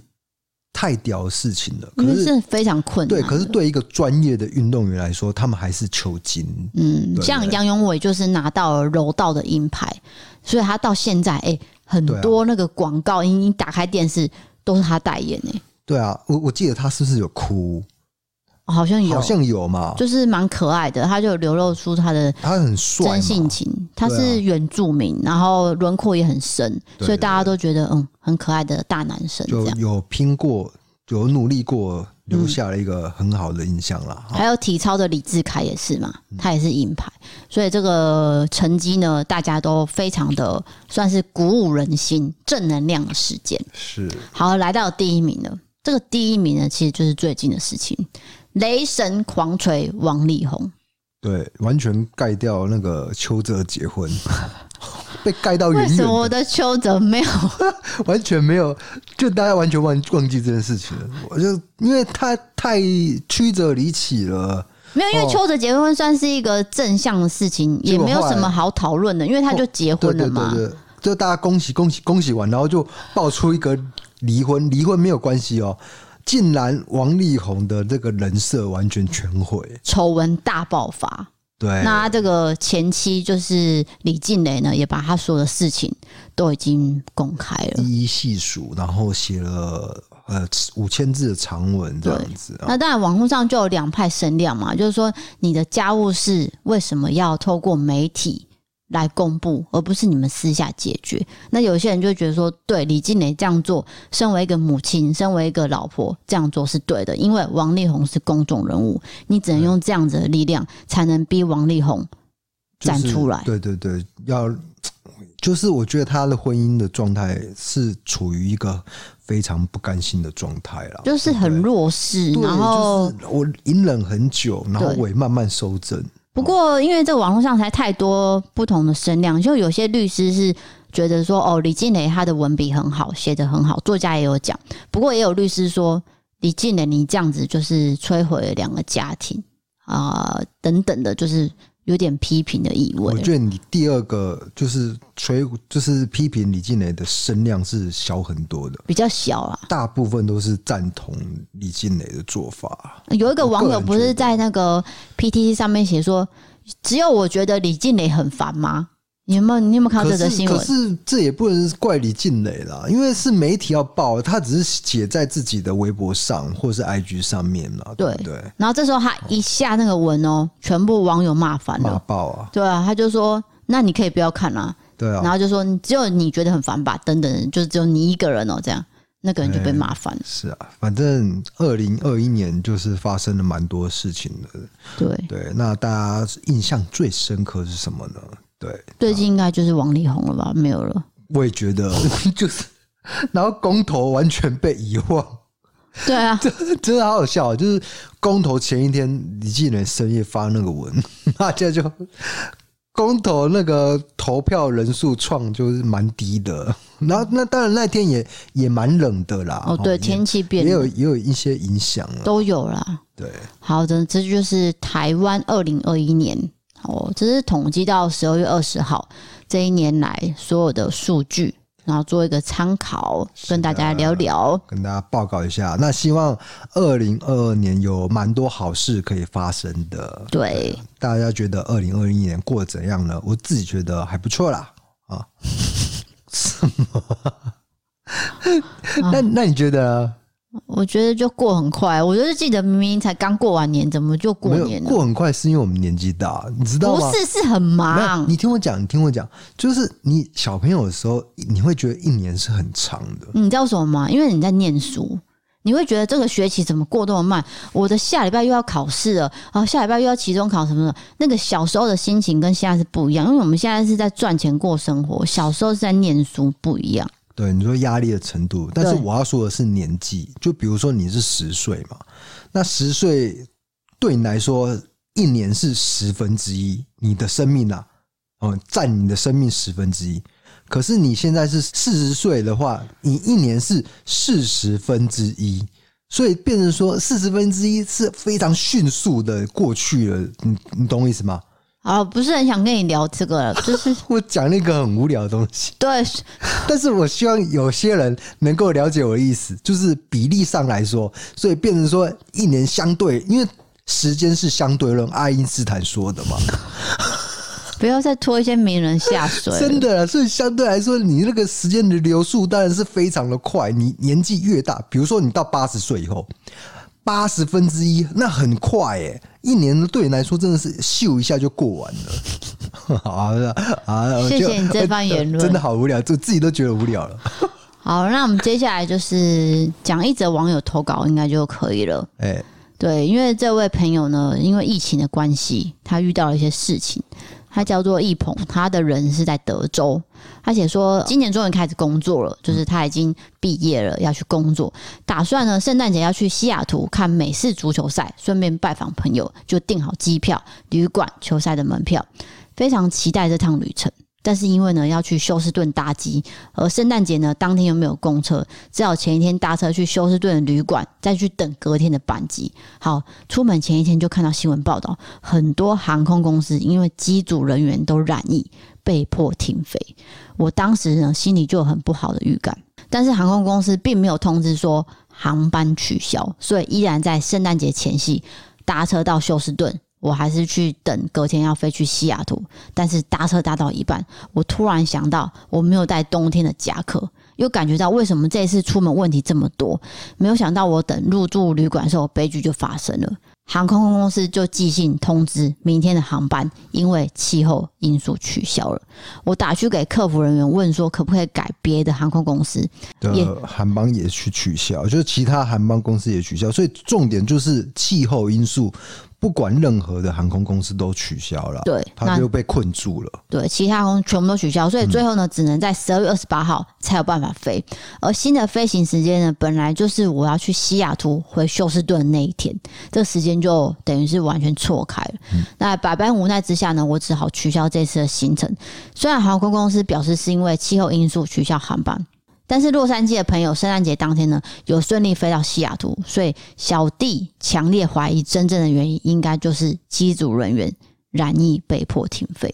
太屌的事情了。因可为是是非常困难对，的。可是对一个专业的运动员来说，他们还是求精。嗯，对像对杨永伟就是拿到了柔道的银牌，所以他到现在哎、很对啊多那个广告，你你打开电视都是他代言哎、对啊，我我记得他是不是有哭？哦好像有，好像有嘛，就是蛮可爱的，他就流露出他的他很帅嘛，真性情。他对啊是原住民，然后轮廓也很深，对所以大家都觉得嗯很可爱的大男生这就样。有拼过，有努力过，留下了一个很好的印象啦。哈还有体操的李志凯也是嘛，嗯他也是银牌，所以这个成绩呢，大家都非常的算是鼓舞人心、正能量的事件。是好，来到第一名了，这个第一名呢，其实就是最近的事情，雷神狂锤王力宏，对，完全盖掉那个邱泽 结婚，被盖到为远什远么我的，的邱泽没 有？完全没有，就大家完全忘忘记这件事情了。我就因为他太曲折离奇了，没有，因为哦邱泽结婚算是一个正向的事情，也结果没有后来什么好讨论的，因为他就结对婚了对嘛。对对，就大家恭喜恭喜恭喜完，然后就爆出一个离婚，离婚没有关系哦。竟然王力宏的这个人设完全全毁，丑闻大爆发，对，那这个前妻就是李静蕾呢，也把她所有的事情都已经公开了。一一细数，然后写了呃五千字的长文这样子啊。那当然，网络上就有两派声量嘛，就是说你的家务事为什么要透过媒体来公布，而不是你们私下解决？那有些人就觉得说，对李静蕾这样做，身为一个母亲，身为一个老婆，这样做是对的，因为王力宏是公众人物，你只能用这样子的力量，才能逼王力宏就是站出来。对对对，要就是我觉得他的婚姻的状态是处于一个非常不甘心的状态啦，就是很弱势，啊对，然后就是我隐忍很久，然后对我也慢慢收整。不过，因为这网络上才太多不同的声量，就有些律师是觉得说，哦，李静蕾她的文笔很好，写的很好，作家也有讲。不过，也有律师说，李静蕾你这样子就是摧毁了两个家庭啊、等等的，就是有点批评的意我味。觉得你第二个就是吹，就是批评李静蕾的声量是小很多的，比较小啊，大部分都是赞同李静蕾的做法。有一个网友不我个人是觉得在那个 PTT 上面写说，只有我觉得李静蕾很烦吗？你有没有你有没有看到可这则是新可闻？是这也不能怪李静蕾啦，因为是媒体要报，他只是写在自己的微博上或是 IG 上面啦，对对不对？然后这时候他一下那个文哦，全部网友骂烦了骂。爆啊，对啊，他就说那你可以不要看啊，对然啊，后就说只有你觉得很烦吧，等等，就只有你一个人哦，这样那个人就被骂烦了。是啊，反正二零二一年就是发生了蛮多事情的。对，对，那大家印象最深刻是什么呢？对，最近应该就是王力宏了吧？没有了。我也觉得 就是，然后公投完全被遗忘， 对 啊，真的好好笑、哦。就是公投前一天，李纪仁深夜发那个文， 大家就公投那个投票人数创就是蛮低的，然后那当然那天也也蛮冷的啦。哦，对，也天气变也有了也有一些影响了。都有啦。对，好的，这就是台湾二零二一年哦，这是统计到十二月二十号这一年来所有的数据，然后做一个参考，跟大家聊聊。跟大家报告一下。那希望二零二二年有蛮多好事可以发生的。对，大家觉得二零二一年过得怎样呢？我自己觉得还不错啦。啊， 啊什么？那那你觉得呢我觉得就过很快，我就是记得明明才刚过完年，怎么就过没有年了？过很快，是因为我们年纪大，你知道吗？不是，啊是很没有，忙。你听我讲，你听我讲，就是你小朋友的时候，你会觉得一年是很长的。你知道为什么吗？因为你在念书，你会觉得这个学期怎么过这么慢？我的下礼拜又要考试了，然后下礼拜又要期中考什么的。那个小时候的心情跟现在是不一样，因为我们现在是在赚钱过生活，小时候是在念书，不一样。对，你说压力的程度，但是对我要说的是年纪，就比如说你是十岁嘛，那十岁对你来说一年是十分之一，你的生命啊，哦、占你的生命十分之一。可是你现在是四十岁的话，你一年是四十分之一，所以变成说四十分之一是非常迅速的过去了，你你懂我意思吗？ 啊，不是很想跟你聊这个了，就是我讲那个很无聊的东西。对， 但是我希望有些人能够了解我的意思，就是比例上来说，所以变成说一年相对，因为时间是相对论，爱因斯坦说的嘛，不要再拖一些名人下水了。 真的啦，所以相对来说，你那个时间的流速当然是非常的快。你年纪越大，比如说你到八十岁以后，八十分之一，那很快耶、一年对你来说真的是咻一下就过完了。 好了啊，我谢就谢你这番言论 真的好无聊，就自己都觉得无聊了。好，那我们接下来就是讲一则网友投稿，应该就可以了。哎、对，因为这位朋友呢，因为疫情的关系，他遇到了一些事情。他叫做易鹏，他的人是在德州。他写说，今年终于开始工作了，就是他已经毕业了，要去工作，打算呢圣诞节要去西雅图看美式足球赛，顺便拜访朋友，就订好机票、旅馆、球赛的门票，非常期待这趟旅程。但是因为呢要去休斯顿搭机，而圣诞节呢当天又没有公车，只好前一天搭车去休斯顿的旅馆，再去等隔天的班机。好，出门前一天就看到新闻报道，很多航空公司因为机组人员都染疫，被迫停飞。我当时呢心里就有很不好的预感，但是航空公司并没有通知说航班取消，所以依然在圣诞节前夕搭车到休斯顿。我还是去等隔天要飞去西雅图，但是搭车搭到一半，我突然想到我没有带冬天的夹克，又感觉到为什么这一次出门问题这么多，没有想到我等入住旅馆的时候，悲剧就发生了。航空公司就寄信通知明天的航班因为气候因素取消了。我打去给客服人员问说可不可以改别的航空公司，也的航班也去取消，就是其他航班公司也取消，所以重点就是气候因素不管任何的航空公司都取消了，对，他那就被困住了。对其他空全部都取消，所以最后呢，只能在十二月二十八号才有办法飞。而新的飞行时间呢，本来就是我要去西雅图回休斯顿那一天，这个时间就等于是完全错开了。那百般无奈之下呢，我只好取消这次的行程。虽然航空公司表示是因为气候因素取消航班。但是洛杉矶的朋友圣诞节当天呢，有顺利飞到西雅图，所以小弟强烈怀疑真正的原因应该就是机组人员染疫被迫停飞。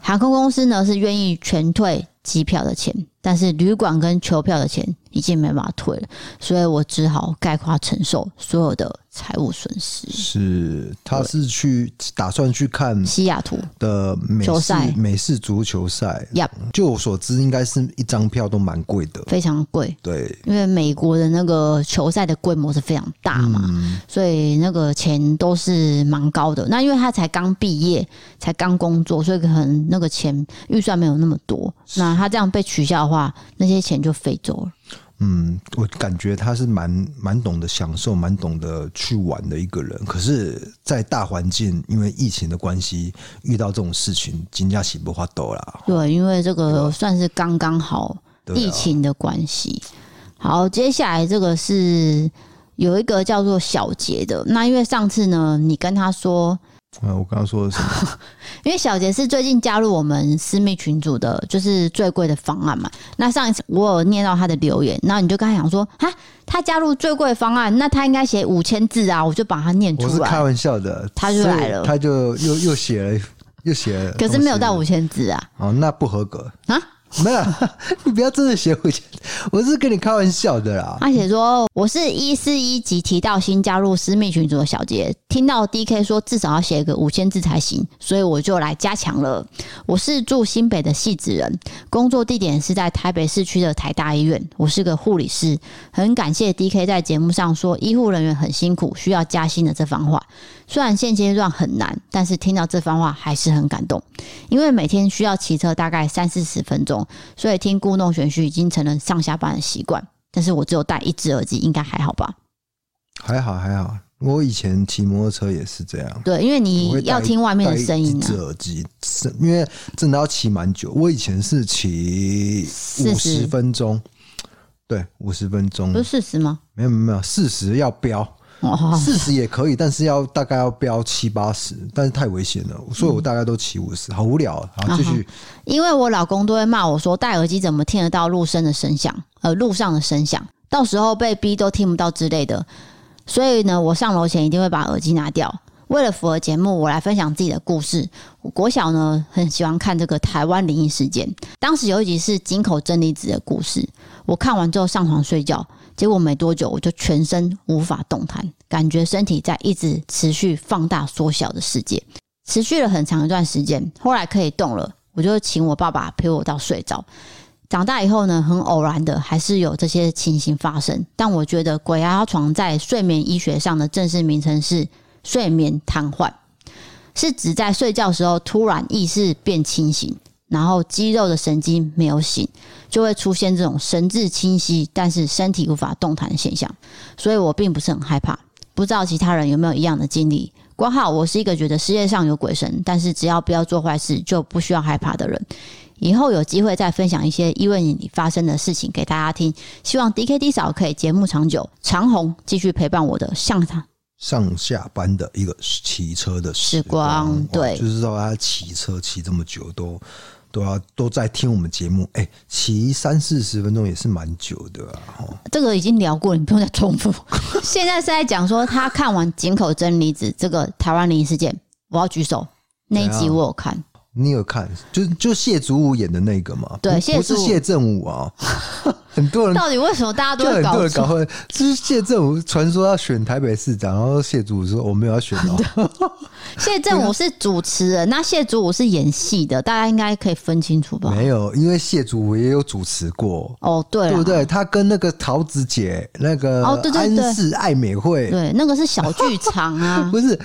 航空公司呢是愿意全退机票的钱，但是旅馆跟球票的钱已经没办法退了，所以我只好概括承受所有的财务损失。是，他是去打算去看西雅图的美球式赛美式足球赛。 Yup 就我所知，应该是一张票都蛮贵的。非常贵，对，因为美国的那个球赛的规模是非常大嘛，所以那个钱都是蛮高的。那因为他才刚毕业，才刚工作，所以可能那个钱预算没有那么多。那他这样被取消的话，那些钱就飞走了。嗯，我感觉他是蛮蛮懂得享受，蛮懂得去玩的一个人。可是，在大环境因为疫情的关系，遇到这种事情，金价起不花抖啦。对，因为这个算是刚刚好。对啊疫情的关系。好，接下来这个是有一个叫做小杰的，那因为上次呢，你跟他说，啊，我刚 刚说的是什么？因为小杰是最近加入我们私密群组的，就是最贵的方案嘛。那上一次我有念到他的留言，那你就跟他讲说，哈，他加入最贵的方案，那他应该写五千字啊，我就把它念我出是开来。玩笑的，他就所以来了他就又又写了，又写了， 可是没有到五千字啊，哦，那不合格啊！没有 啦，你不要真的写我，我是跟你开玩笑的啦。他写说：“我是一四一集提到新加入私密群组的小杰，听到 DK 说至少要写个五千字才行，所以我就来加强了。我是住新北的戏子人，工作地点是在台北市区的台大医院，我是个护理师。很感谢 DK 在节目上说医护人员很辛苦，需要加薪的这番话。虽然现阶段很难，但是听到这番话还是很感动，因为每天需要骑车大概三四十分钟，所以听故弄玄虚已经成了上下班的习惯。”但是我只有戴一只耳机，应该还好吧？还好还好，我以前骑摩托车也是这样，对，因为我会你戴要听外面的声音戴一只啊。耳机，是因为真的要骑蛮久。我以前是骑五十40分钟，对，五十分钟不，是事实吗？没有没有没有，四十要标，哦，好好四十也可以，但是要大概要标七八十，但是太危险了，所以我大概都骑五十，好无聊啊。好，继续，因为我老公都会骂我说戴耳机怎么听得到路声的声响，呃，路上的声响，到时候被逼都听不到之类的。所以呢，我上楼前一定会把耳机拿掉。为了符合节目，我来分享自己的故事。我国小呢，很喜欢看这个台湾灵异事件。当时有一集是井口真理子的故事，我看完之后上床睡觉，结果没多久我就全身无法动弹，感觉身体在一直持续放大缩小的世界。持续了很长一段时间，后来可以动了，我就请我爸爸陪我到睡着。长大以后呢，很偶然的还是有这些情形发生，但我觉得鬼压床在睡眠医学上的正式名称是睡眠瘫痪，是指在睡觉时候突然意识变清醒，然后肌肉的神经没有醒，就会出现这种神志清晰但是身体无法动弹的现象。所以我并不是很害怕，不知道其他人有没有一样的经历。挂号，我是一个觉得世界上有鬼神，但是只要不要做坏事，就不需要害怕的人。以后有机会再分享一些医院里发生的事情给大家听，希望 D K D 嫂可以节目长久，长虹继续陪伴我的向他上下班的一个骑车的时时光光，嗯对哇就是说他骑车骑这么久都都要都在听我们节目，哎、骑三四十分钟也是蛮久的啊。哦这个已经聊过，你不用再重复。现在是在讲说他看完井口真理子这个台湾灵异事件，我要举手。那一怎集样我有看，你有看，就就谢祖武演的那个嘛？对不谢不是祖武谢振武啊， 很多人到底为什么大家都就会很搞多人错搞？混，就是谢振武传说要选台北市长，然后谢祖武说我没有要选 哦，谢振武是主持人，那谢祖武是演戏的，大家应该可以分清楚吧？没有，因为谢祖武也有主持过。哦，对对了不，对？他跟那个桃子姐，那个哦对对对安室爱美惠，对，那个是小剧场啊。 不是，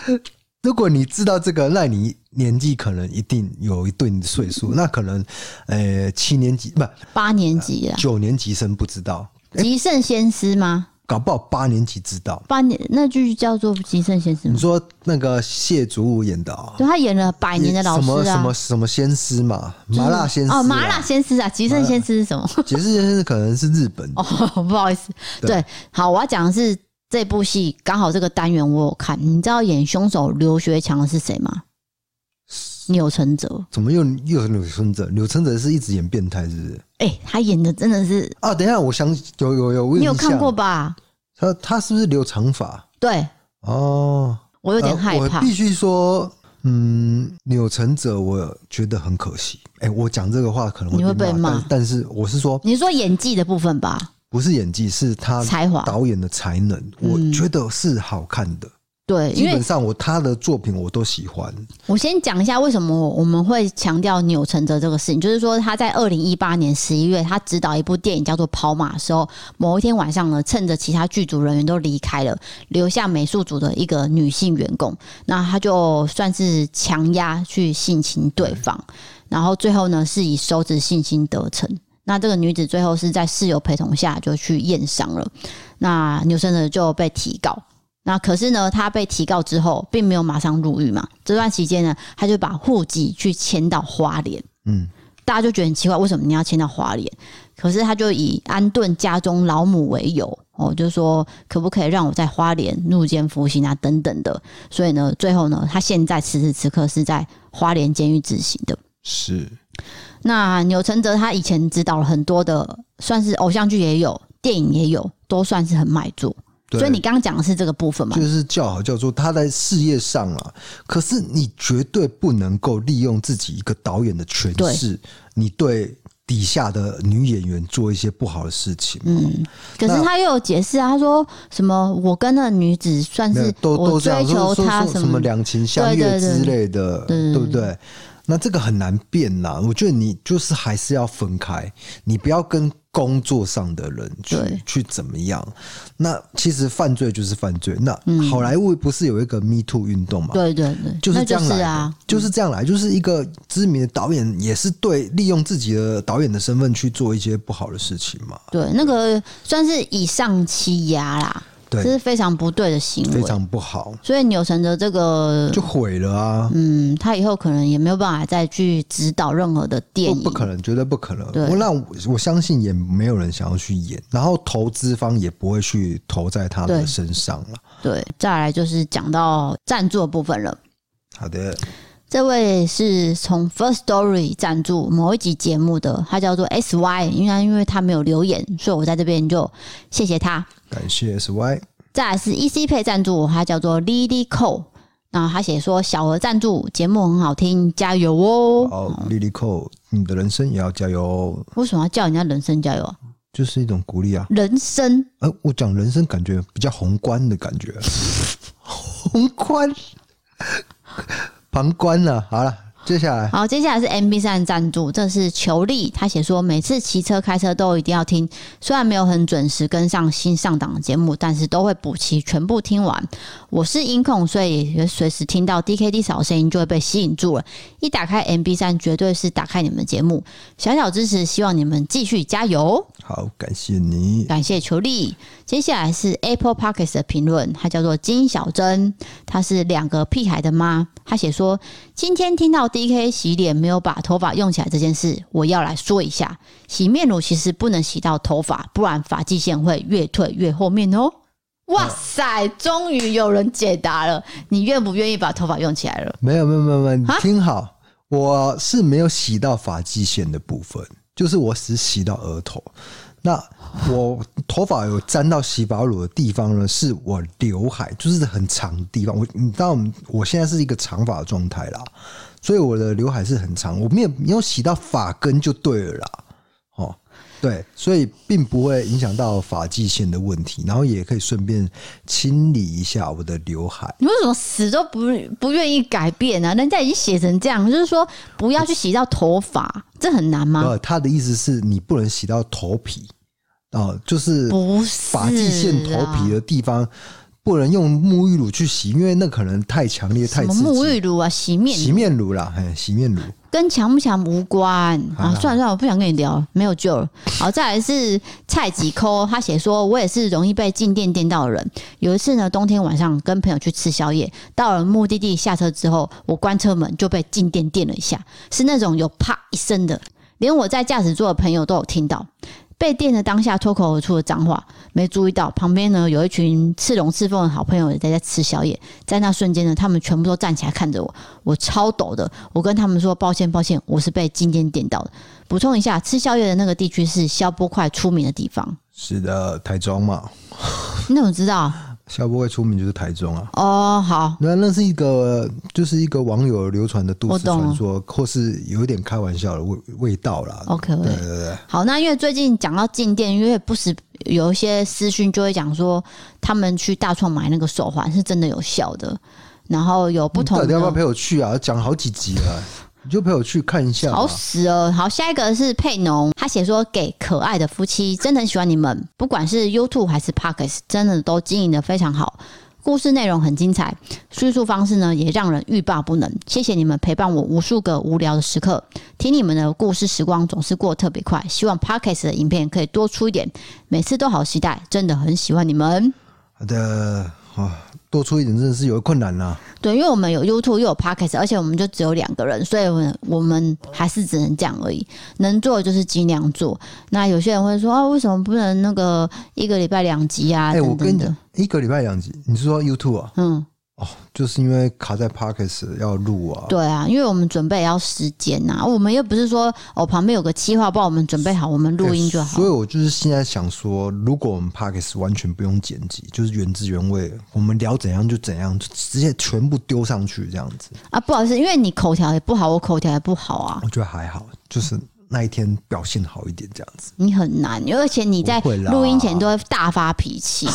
如果你知道这个，那你年纪可能一定有一定的岁 数，那可能呃七年级不八年级啦，九年级生不知道， 《极盛先师》吗？搞不好八年级知道。八年那句叫做《极盛先生你》，说那个谢祖武演的啊、对他演了百年的老什么师什么啊，什么先师嘛，麻辣先师、啊、哦，麻辣 先师啊，极盛先师是什么？解释先生可能是日本 的哦，不好意思，对对，好，我要讲的是这部戏，刚好这个单元我有看，你知道演凶手刘学强的是谁吗？钮承泽，怎么又又有柳承哲？柳承哲是一直演变态，是不是？哎、他演的真的是，啊，等一下，我想有有有，我你有印象看过？吧？他他是不是留长发？对哦，我有点呃害怕我，必须说，嗯，柳承哲，我觉得很可惜。哎、我讲这个话可能你会被骂但但是我是说，你说演技的部分吧，不是演技，是他才华啊嗯导演的才能，我觉得是好看的。对，基因为本上我他的作品我都喜欢。我先讲一下为什么我们会强调钮承泽这个事情，就是说他在二零一八年十一月，他执导一部电影叫做《跑马》的时候，某一天晚上呢，趁着其他剧组人员都离开了，留下美术组的一个女性员工，那他就算是强压去性侵对方，然后最后呢是以手指性侵得逞。那这个女子最后是在室友陪同下就去验伤了，那钮承泽就被提告。那可是呢，他被提告之后，并没有马上入狱嘛。这段期间呢，他就把户籍去迁到花莲。嗯，大家就觉得很奇怪，为什么你要迁到花莲？可是他就以安顿家中老母为由，哦，就说可不可以让我在花莲入监服刑啊，等等的。所以呢，最后呢，他现在此时此刻是在花莲监狱执行的。是那钮承泽他以前指导了很多的，算是偶像剧也有，电影也有，都算是很卖座。对所以你刚刚讲的是这个部分嘛？就是叫好叫座，他在事业上啊，可是你绝对不能够利用自己一个导演的权势，你对底下的女演员做一些不好的事情。嗯，可那是他又有解释啊，他说什么我跟那女子算没有是都我都追这样求说说她说什么么，两情相对对悦对之类的，对对不对？那这个很难变呐，我觉得你就是还是要分开，你不要跟工作上的人去对去怎么样。那其实犯罪就是犯罪。那好莱坞不是有一个 Me Too 运动嘛？嗯对对对，就是那这就样来是的，啊，就是这样来，就是一个知名的导演，也是对利用自己的导演的身份去做一些不好的事情嘛，对，那个算是以上欺压啦，这对，是非常不对的行非为。常不好，所以钮承泽这个，就毁了啊，嗯，他以后可能也没有办法再去指导任何的电不影，不可能，绝对不可能。对我那我我相信也没有人想要去演，然后投资方也不会去投在他的对身上了。对，再来就是讲到赞助的部分了。好的，这位是从 First Story 赞助某一集节目的，他叫做 S Y，因为他因为他没有留言，所以我在这边就谢谢他。感谢 SY，再来是 E C 配赞助，他叫做 Lily Cole，然后他写说小额赞助，节目很好听，加油哦！好，莉莉蔻，你的人生也要加油哦，为什么要叫人家人生加油啊？就是一种鼓励啊。人生呃，我讲人生感觉比较宏观的感觉，啊 宏观， 旁观了、好了，接下来好，接下来是 MB 三赞助，这是裘力，他写说每次骑车、开车都一定要听，虽然没有很准时跟上新上档的节目，但是都会补齐全部听完。我是音控，所以也随时听到 DKD 嫂的声音就会被吸引住了。一打开 MB 三，绝对是打开你们的节目，小小支持，希望你们继续加油。哦好，感谢你。感谢裘力。接下来是 Apple p o c k e t 的评论，她叫做金小珍，她是两个屁孩的妈。她写说：“今天听到 DK 洗脸没有把头发用起来这件事，我要来说一下。洗面乳其实不能洗到头发，不然发际线会越退越后面哦。”哇塞，终于有人解答了！你愿不愿意把头发用起来了？没有没有没有没有，你听好，我是没有洗到发际线的部分，就是我只洗到额头。那我头发有沾到洗发乳的地方呢，是我刘海，就是很长的地方。我你知道我们，我现在是一个长发的状态啦，所以我的刘海是很长，我没有没有洗到发根就对了啦。哦，对，所以并不会影响到发际线的问题，然后也可以顺便清理一下我的刘海。你为什么死都不不愿意改变呢、人家已经写成这样，就是说不要去洗到头发，这很难吗？呃，他的意思是你不能洗到头皮哦、就是不是发际线头皮的地方不不能用沐浴乳去洗，因为那可能太强烈、太什么刺沐激。浴乳啊、洗面洗面乳啦，哎，洗面乳，跟强不强无关好啊！啦算了算了，我不想跟你聊，没有救了。好，再来是蔡几抠，他写说我也是容易被静电电到的人。有一次呢，冬天晚上跟朋友去吃宵夜，到了目的地下车之后，我关车门就被静电电了一下，是那种有啪一声的，连我在驾驶座的朋友都有听到。被电的当下脱口而出的脏话，没注意到旁边呢有一群赤龙赤凤的好朋友也在在吃宵夜，在那瞬间呢，他们全部都站起来看着我，我超抖的。我跟他们说抱歉，抱歉，我是被静电电到的。补充一下，吃宵夜的那个地区是消波块出名的地方，是的，台中嘛，你怎么知道？消波会出名就是台中啊。哦，好，那那是一个，就是一个网友流传的都我市懂哦传说，或是有一点开玩笑的味味道啦。 OK，对对对，好，那因为最近讲到静电，因为不时有一些私讯就会讲说，他们去大创买那个手环是真的有效的，然后有不同嗯到的。底要不要陪我去啊？讲好几集了，你就陪我去看一下嘛好。死哦！好，下一个是佩农，他写说给可爱的夫妻，真的很喜欢你们，不管是 YouTube 还是 Pockets，真的都经营的非常好。故事内容很精彩，叙述方式呢也让人欲罢不能。谢谢你们陪伴我无数个无聊的时刻，听你们的故事时光总是过得特别快。希望 Pockets 的影片可以多出一点，每次都好期待，真的很喜欢你们。好的，啊，多出一点真的是有困难啊啦、对，因为我们有 YouTube 又有 Podcast，而且我们就只有两个人，所以我们我们还是只能这样而已。能做的就是尽量做。那有些人会说啊，为什么不能那个一个礼拜两集啊？哎、等我等跟你的讲，，一个礼拜两集，你是说 YouTube 啊？嗯，哦，就是因为卡在 Parkes 要录啊。对啊，因为我们准备也要时间呐、我们又不是说哦旁边有个计划，帮我们准备好，我们录音就好哎所以。我就是现在想说，如果我们 Parkes 完全不用剪辑，就是原汁原味，我们聊怎样就怎样，就直接全部丢上去这样子，啊，不好意思，因为你口条也不好，我口条也不好啊，我觉得还好，就是那一天表现好一点这样子。你很难，而且你在不会啦录音前都会大发脾气。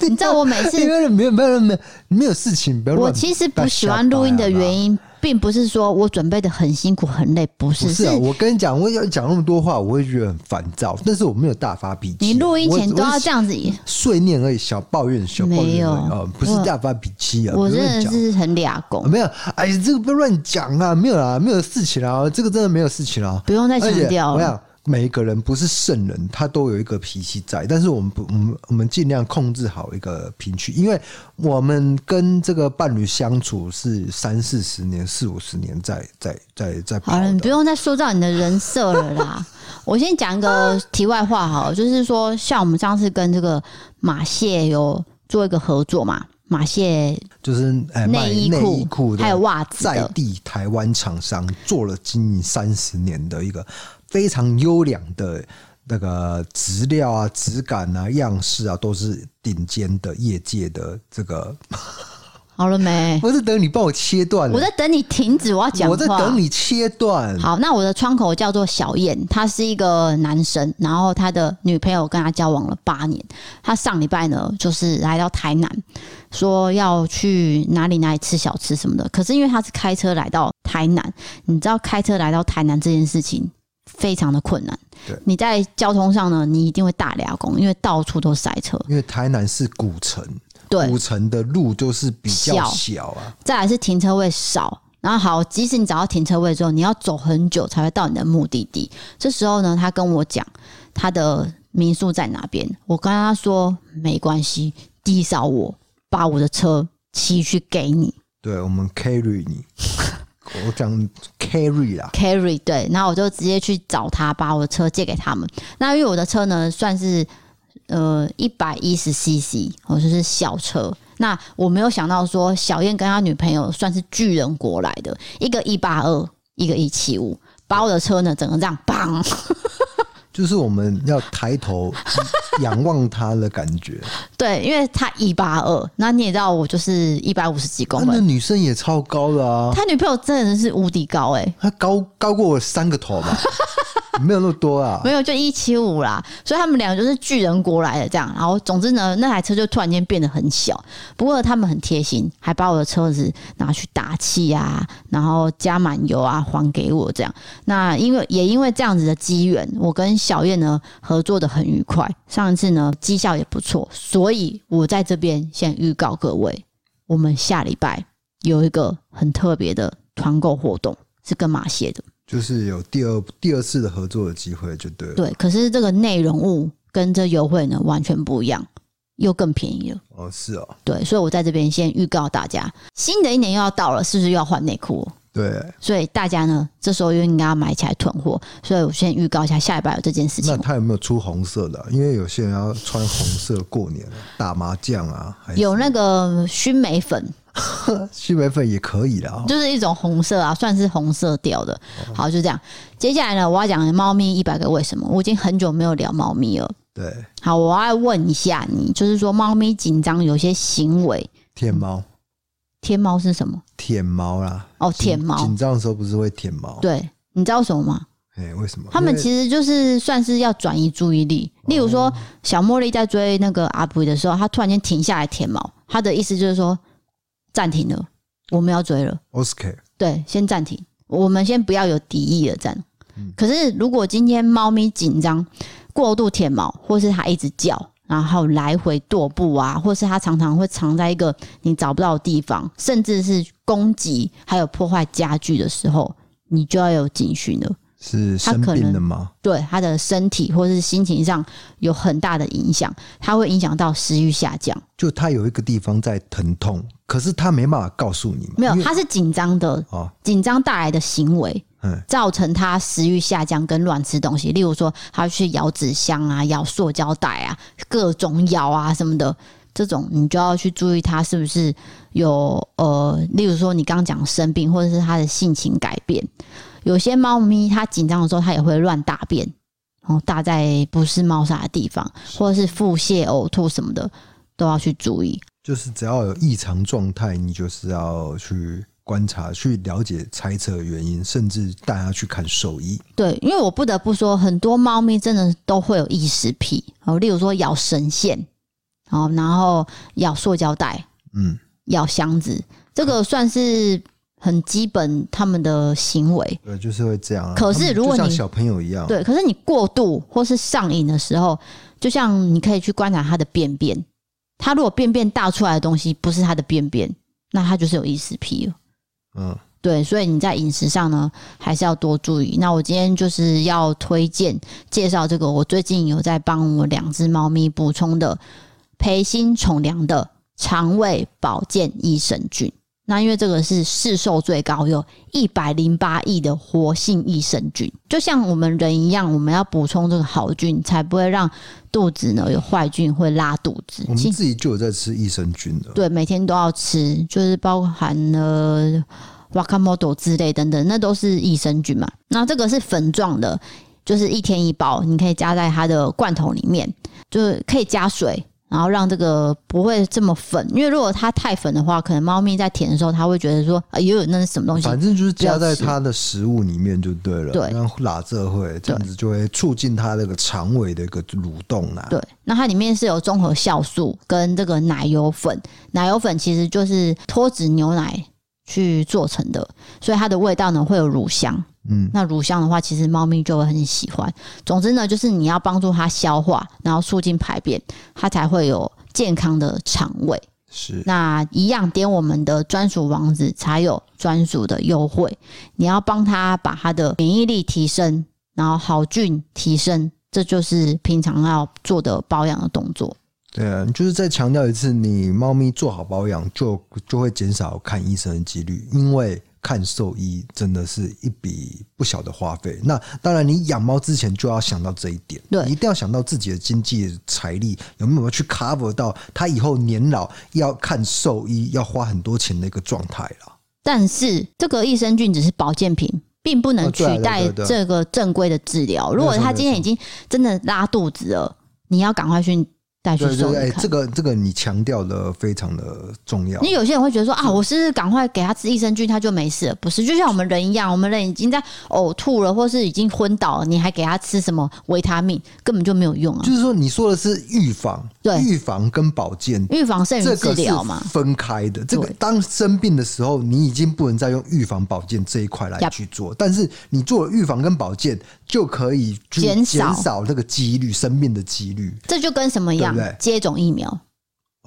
你知道我每次 因为没有没有没有没有事情，不要我乱其实不喜欢录音的啊原因，并不是说我准备的很辛苦很累，不是，不是是啊，我跟你讲，我要讲那么多话，我会觉得很烦躁，但是我没有大发脾气。你录音前我都要这样子。我碎念而已，小抱怨，小抱怨而已没有哦，不是我大发脾气啊，我不真要的乱讲。是很俩拱，没有，哎呀，这个不要乱讲啊，没有啦，没有事情啦，这个真的没有事情啦。不用再而强且调我了。想，每一个人不是圣人，他都有一个脾气在，但是我们不，我们我们尽量控制好一个频率，因为我们跟这个伴侣相处是三四十年、四五十年在在在在跑好了，你不的。用再塑造你的人设了啦。我先讲一 个题外话好了，就是说，像我们上次跟这个马蟹有做一个合作嘛，马蟹就是哎，卖内衣内裤衣裤的还有袜子在的，地台湾厂商做了经营三十年的一个非常优良的那个质料啊、质感啊、样式啊，都是顶尖的业界的 这个。好了没？我是等你帮我切断了，我在等你停止，我要讲话。我在等你切断。好，那我的窗口叫做小燕，他是一个男生，然后他的女朋友跟他交往了八年。他上礼拜呢，就是来到台南，说要去哪里哪里吃小吃什么的。可是因为他是开车来到台南，你知道开车来到台南这件事情非常的困难对。你在交通上呢，你一定会大俩工，因为到处都塞车。因为台南是古城，对古，城的路就是比较小小啊，再来是停车位少。然后好，即使你找到停车位之后，你要走很久才会到你的目的地。这时候呢，他跟我讲他的民宿在哪边，我跟他说没关系，低少我把我的车骑去给你对我们 carry 你， 我讲 carry 啦， carry 对，然后我就直接去找他，把我的车借给他们。那因为我的车呢算是呃一百一十 cc，哦就是小车。那我没有想到说小燕跟他女朋友算是巨人国来的，一个一八二，一个一七五，把我的车呢整个这样砰， 就是我们要抬头仰望它的感 觉。对，因为他一八二，那你也知道我就是一百五十几公啊那分，女生也超高的啊，他女朋友真的是无敌高哎、她高高过我三个头吧？ 没有那么多啊没。有，就一七五啦。所以他们两个就是巨人国来的这样。然后，总之呢，那台车就突然间变得很小。不过他们很贴心，还把我的车子拿去打气啊，然后加满油啊，还给我这样。那因为也因为这样子的机缘，我跟小燕呢合作的很愉快。上一次呢绩效也不错，所以我在这边先预告各位，我们下礼拜有一个很特别的团购活动，是跟马蟹的。就是有第二第二次的合作的机会，就对了。对，可是这个内容物跟这优惠呢完全不一样，又更便宜了。哦，是哦，对，所以我在这边先预告大家，新的一年又要到了，是不是又要换内裤哦？对。所以大家呢，这时候又应该要买起来囤货。所以我先预告一下，下礼拜有这件事那情。他有没有出红色的啊、因为有些人要穿红色过年啊，打麻将啊，还是有那个熏眉粉， 西北粉也可以啦、哦。就是一种红色啊，算是红色调的。好，就这样。接下来呢，我要讲猫咪一百个为什么。我已经很久没有聊猫咪了。对，好，我要问一下你，就是说猫咪紧张有些行为，舔毛，天猫是什么？舔毛啦。哦，紧舔毛。紧张的时候不是会舔毛？对，你知道什么吗？哎、为什么？他们因为其实就是算是要转移注意力。例如说，小茉莉在追那个阿布的时候，她突然间停下来舔毛，她的意思就是说暂停了，我们要追了， Oscar 对，先暂停，我们先不要有敌意了，这样。嗯可是如果今天猫咪紧张、过度舔毛，或是它一直叫。然后来回踱步啊，或是它常常会藏在一个你找不到的地方，甚至是攻击还有破坏家具的时候，你就要有警讯了。是他生可病能了吗？对他的身体或是心情上有很大的影响，它会影响到食欲下降。就他有一个地方在疼痛，可是他没办法告诉你嘛。没有因，为它是紧张的，哦，紧张带来的行为嗯，造成它食欲下降跟乱吃东西。例如说，它去咬纸箱啊、咬塑胶袋啊、各种咬啊什么的，这种你就要去注意它是不是有呃，例如说你刚刚讲生病，或者是它的性情改变。有些猫咪它紧张的时候，它也会乱大便，然后大在不是猫砂的地方，或者是腹泻、呕吐什么的，都要去注意。就是只要有异常状态，你就是要去观察、去了解、猜测原因，甚至带他去看兽医。对，因为我不得不说，很多猫咪真的都会有异食癖，哦，例如说咬绳线，哦，然后咬塑胶袋，嗯，咬箱子，这个算是很基本他们的行为。对，就是会这样、啊。可是他们如果就像你小朋友一样，对，可是你过度或是上瘾的时候，就像你可以去观察它的便便，它如果便便大出来的东西不是它的便便，那它就是有异食癖了。嗯，对，所以你在饮食上呢，还是要多注意。那我今天就是要推荐介绍这个，我最近有在帮我两只猫咪补充的培新宠粮的肠胃保健益生菌。那因为这个是市售最高，有一百零八亿的活性益生菌，就像我们人一样，我们要补充这个好菌，才不会让肚子呢有坏菌会拉肚子。我们其实自己就有在吃益生菌的。对，每天都要吃，就是包含了 wakamoto 之类等等，那都是益生菌嘛。那这个是粉状的，就是一天一包，你可以加在它的罐头里面，就是可以加水。然后让这个不会这么粉，因为如果它太粉的话，可能猫咪在舔的时候，它会觉得说，哎呦，那是什么东西？反正就是加在不要它的食物里面就对了，对然后拉这会这样子就会促进它那个肠胃的一个蠕动啦、啊。对，那它里面是有综合酵素跟这个奶油粉，奶油粉其实就是脱脂牛奶去做成的，所以它的味道呢会有乳香。嗯，那乳香的话，其实猫咪就会很喜欢。总之呢，就是你要帮助它消化，然后促进排便，它才会有健康的肠胃。是那一样点我们的专属网址才有专属的优惠。你要帮它把它的免疫力提升，然后好菌提升，这就是平常要做的保养的动作。对啊，就是再强调一次，你猫咪做好保养就就会减少看医生的几率，因为看兽医真的是一笔不小的花费。那当然，你养猫之前就要想到这一点，对你一定要想到自己的经济财力有没有去 cover 到它以后年老要看兽医要花很多钱的一个状态啦。但是这个益生菌只是保健品，并不能哦取对啊代对啊对啊这个正规的治疗。如果他今天已经真的拉肚子了，你要赶快去带去对对兽对，医哎看。这个这个你强调的非常的重要因。为有些人会觉得说啊，我是不是赶快给他吃益生菌，他就没事了。不是，就像我们人一样，我们人已经在呕吐了，或是已经昏倒了，你还给他吃什么维他命，根本就没有用啊就。是说，你说的是预防，对预防跟保健预防胜于这治个是疗嘛，分开的。这个对当生病的时候，你已经不能再用预防保健这一块来 Yup 去做，但是你做了预防跟保健，就可以去减少减少那个几率生病的几率。这就跟什么一样对不对接种疫苗。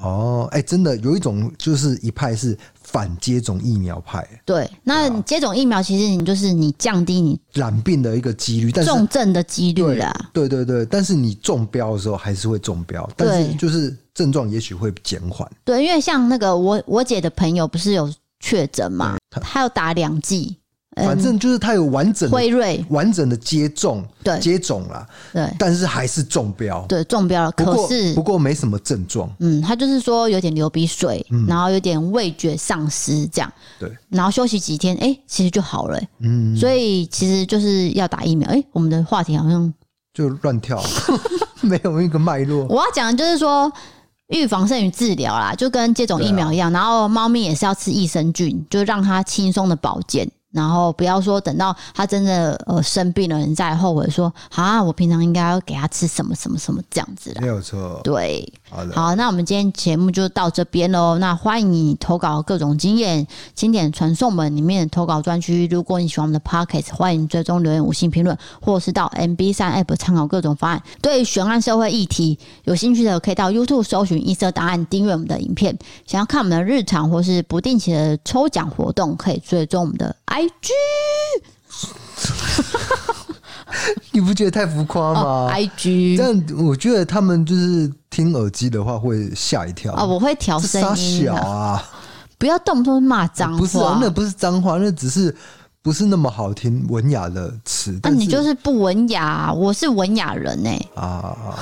哦，哎、真的有一种就是一派是反接种疫苗派，对，那啊你接种疫苗其实你就是你降低你染病的一个几率，但是重症的几率对啦。对对对，但是你中标的时候还是会中标，但是对就是症状也许会减缓。对，因为像那个我我姐的朋友不是有确诊嘛，她要打两剂，反嗯，正就是它有完整辉的瑞，完整的接种对接种啦，对但是还是中标。对，中标了。不可过是不过没什么症状，嗯，他就是说有点流鼻水，嗯然后有点味觉丧失这样，对，然后休息几天，哎、其实就好了、诶嗯，所以其实就是要打疫苗。哎、我们的话题好像就乱跳， 没有一个脉络。我要讲的就是说。预防胜于治疗啦，就跟接种疫苗一样。然后猫咪也是要吃益生菌，就让它轻松的保健，然后不要说等到它真的呃生病了，你再后悔说啊，我平常应该要给它吃什么什么什么这样子啦。没有错，对，好的，好，那我们今天节目就到这边喽。那欢迎你投稿各种经验，经典传送门里面的投稿专区。如果你喜欢我们的 podcast，欢迎追踪留言、五星评论，或是到 MB 三 app 参考各种方案。对于悬案社会议题有兴趣的，可以到 YouTube 搜寻“异色答案”，订阅我们的影片。想要看我们的日常或是不定期的抽奖活动，可以追踪我们的 IG 你不觉得太浮夸哦吗？这 IG 样我觉得他们就是听耳机的话会吓一跳啊、我会调这声傻音小的，啊，不要动不动就骂脏话。 不是啊，那不是脏话，那只是不是那么好听文雅的词。那、但啊你就是不文雅啊、我是文雅人哎、啊啊。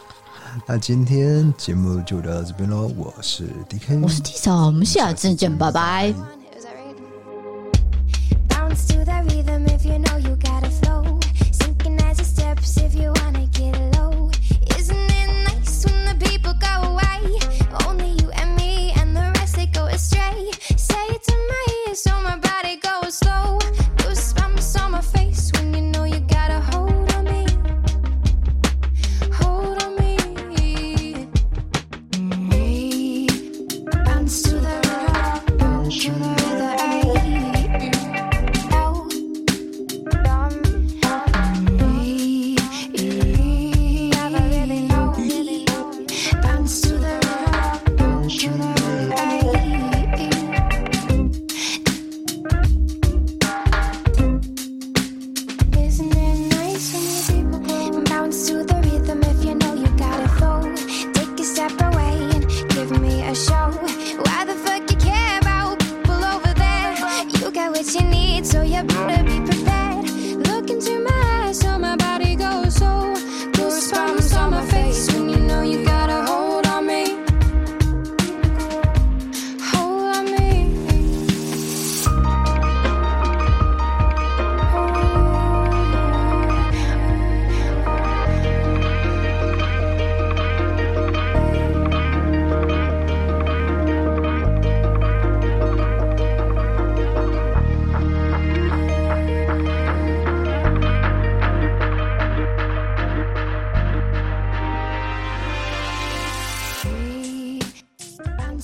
那今天节目就聊到这边喽，我是 DK，我是 T 嫂，我们下次见，拜拜。 Is that right? Bounce to that rhythm if you know you gotta flow. Sinking as your steps if you wanna get low. Isn't it nice when the people go away? Only you and me and the rest they go astray. Say it to my ear so my body goes slow. Goosebumps on my face when you know you gotta hold on me. Hold on me. Breathe. Bounce to the rhythm, bounce to the rhythm. Out, down, Never really know, really know. Bounce to the rhythm, bounce to the rhythm. Isn't it nice when you people bounce to the rhythm if you know you gotta flow? Take a step away and give me a show. Why the fuck you care about people over there? You got what you need, so you better be prepared.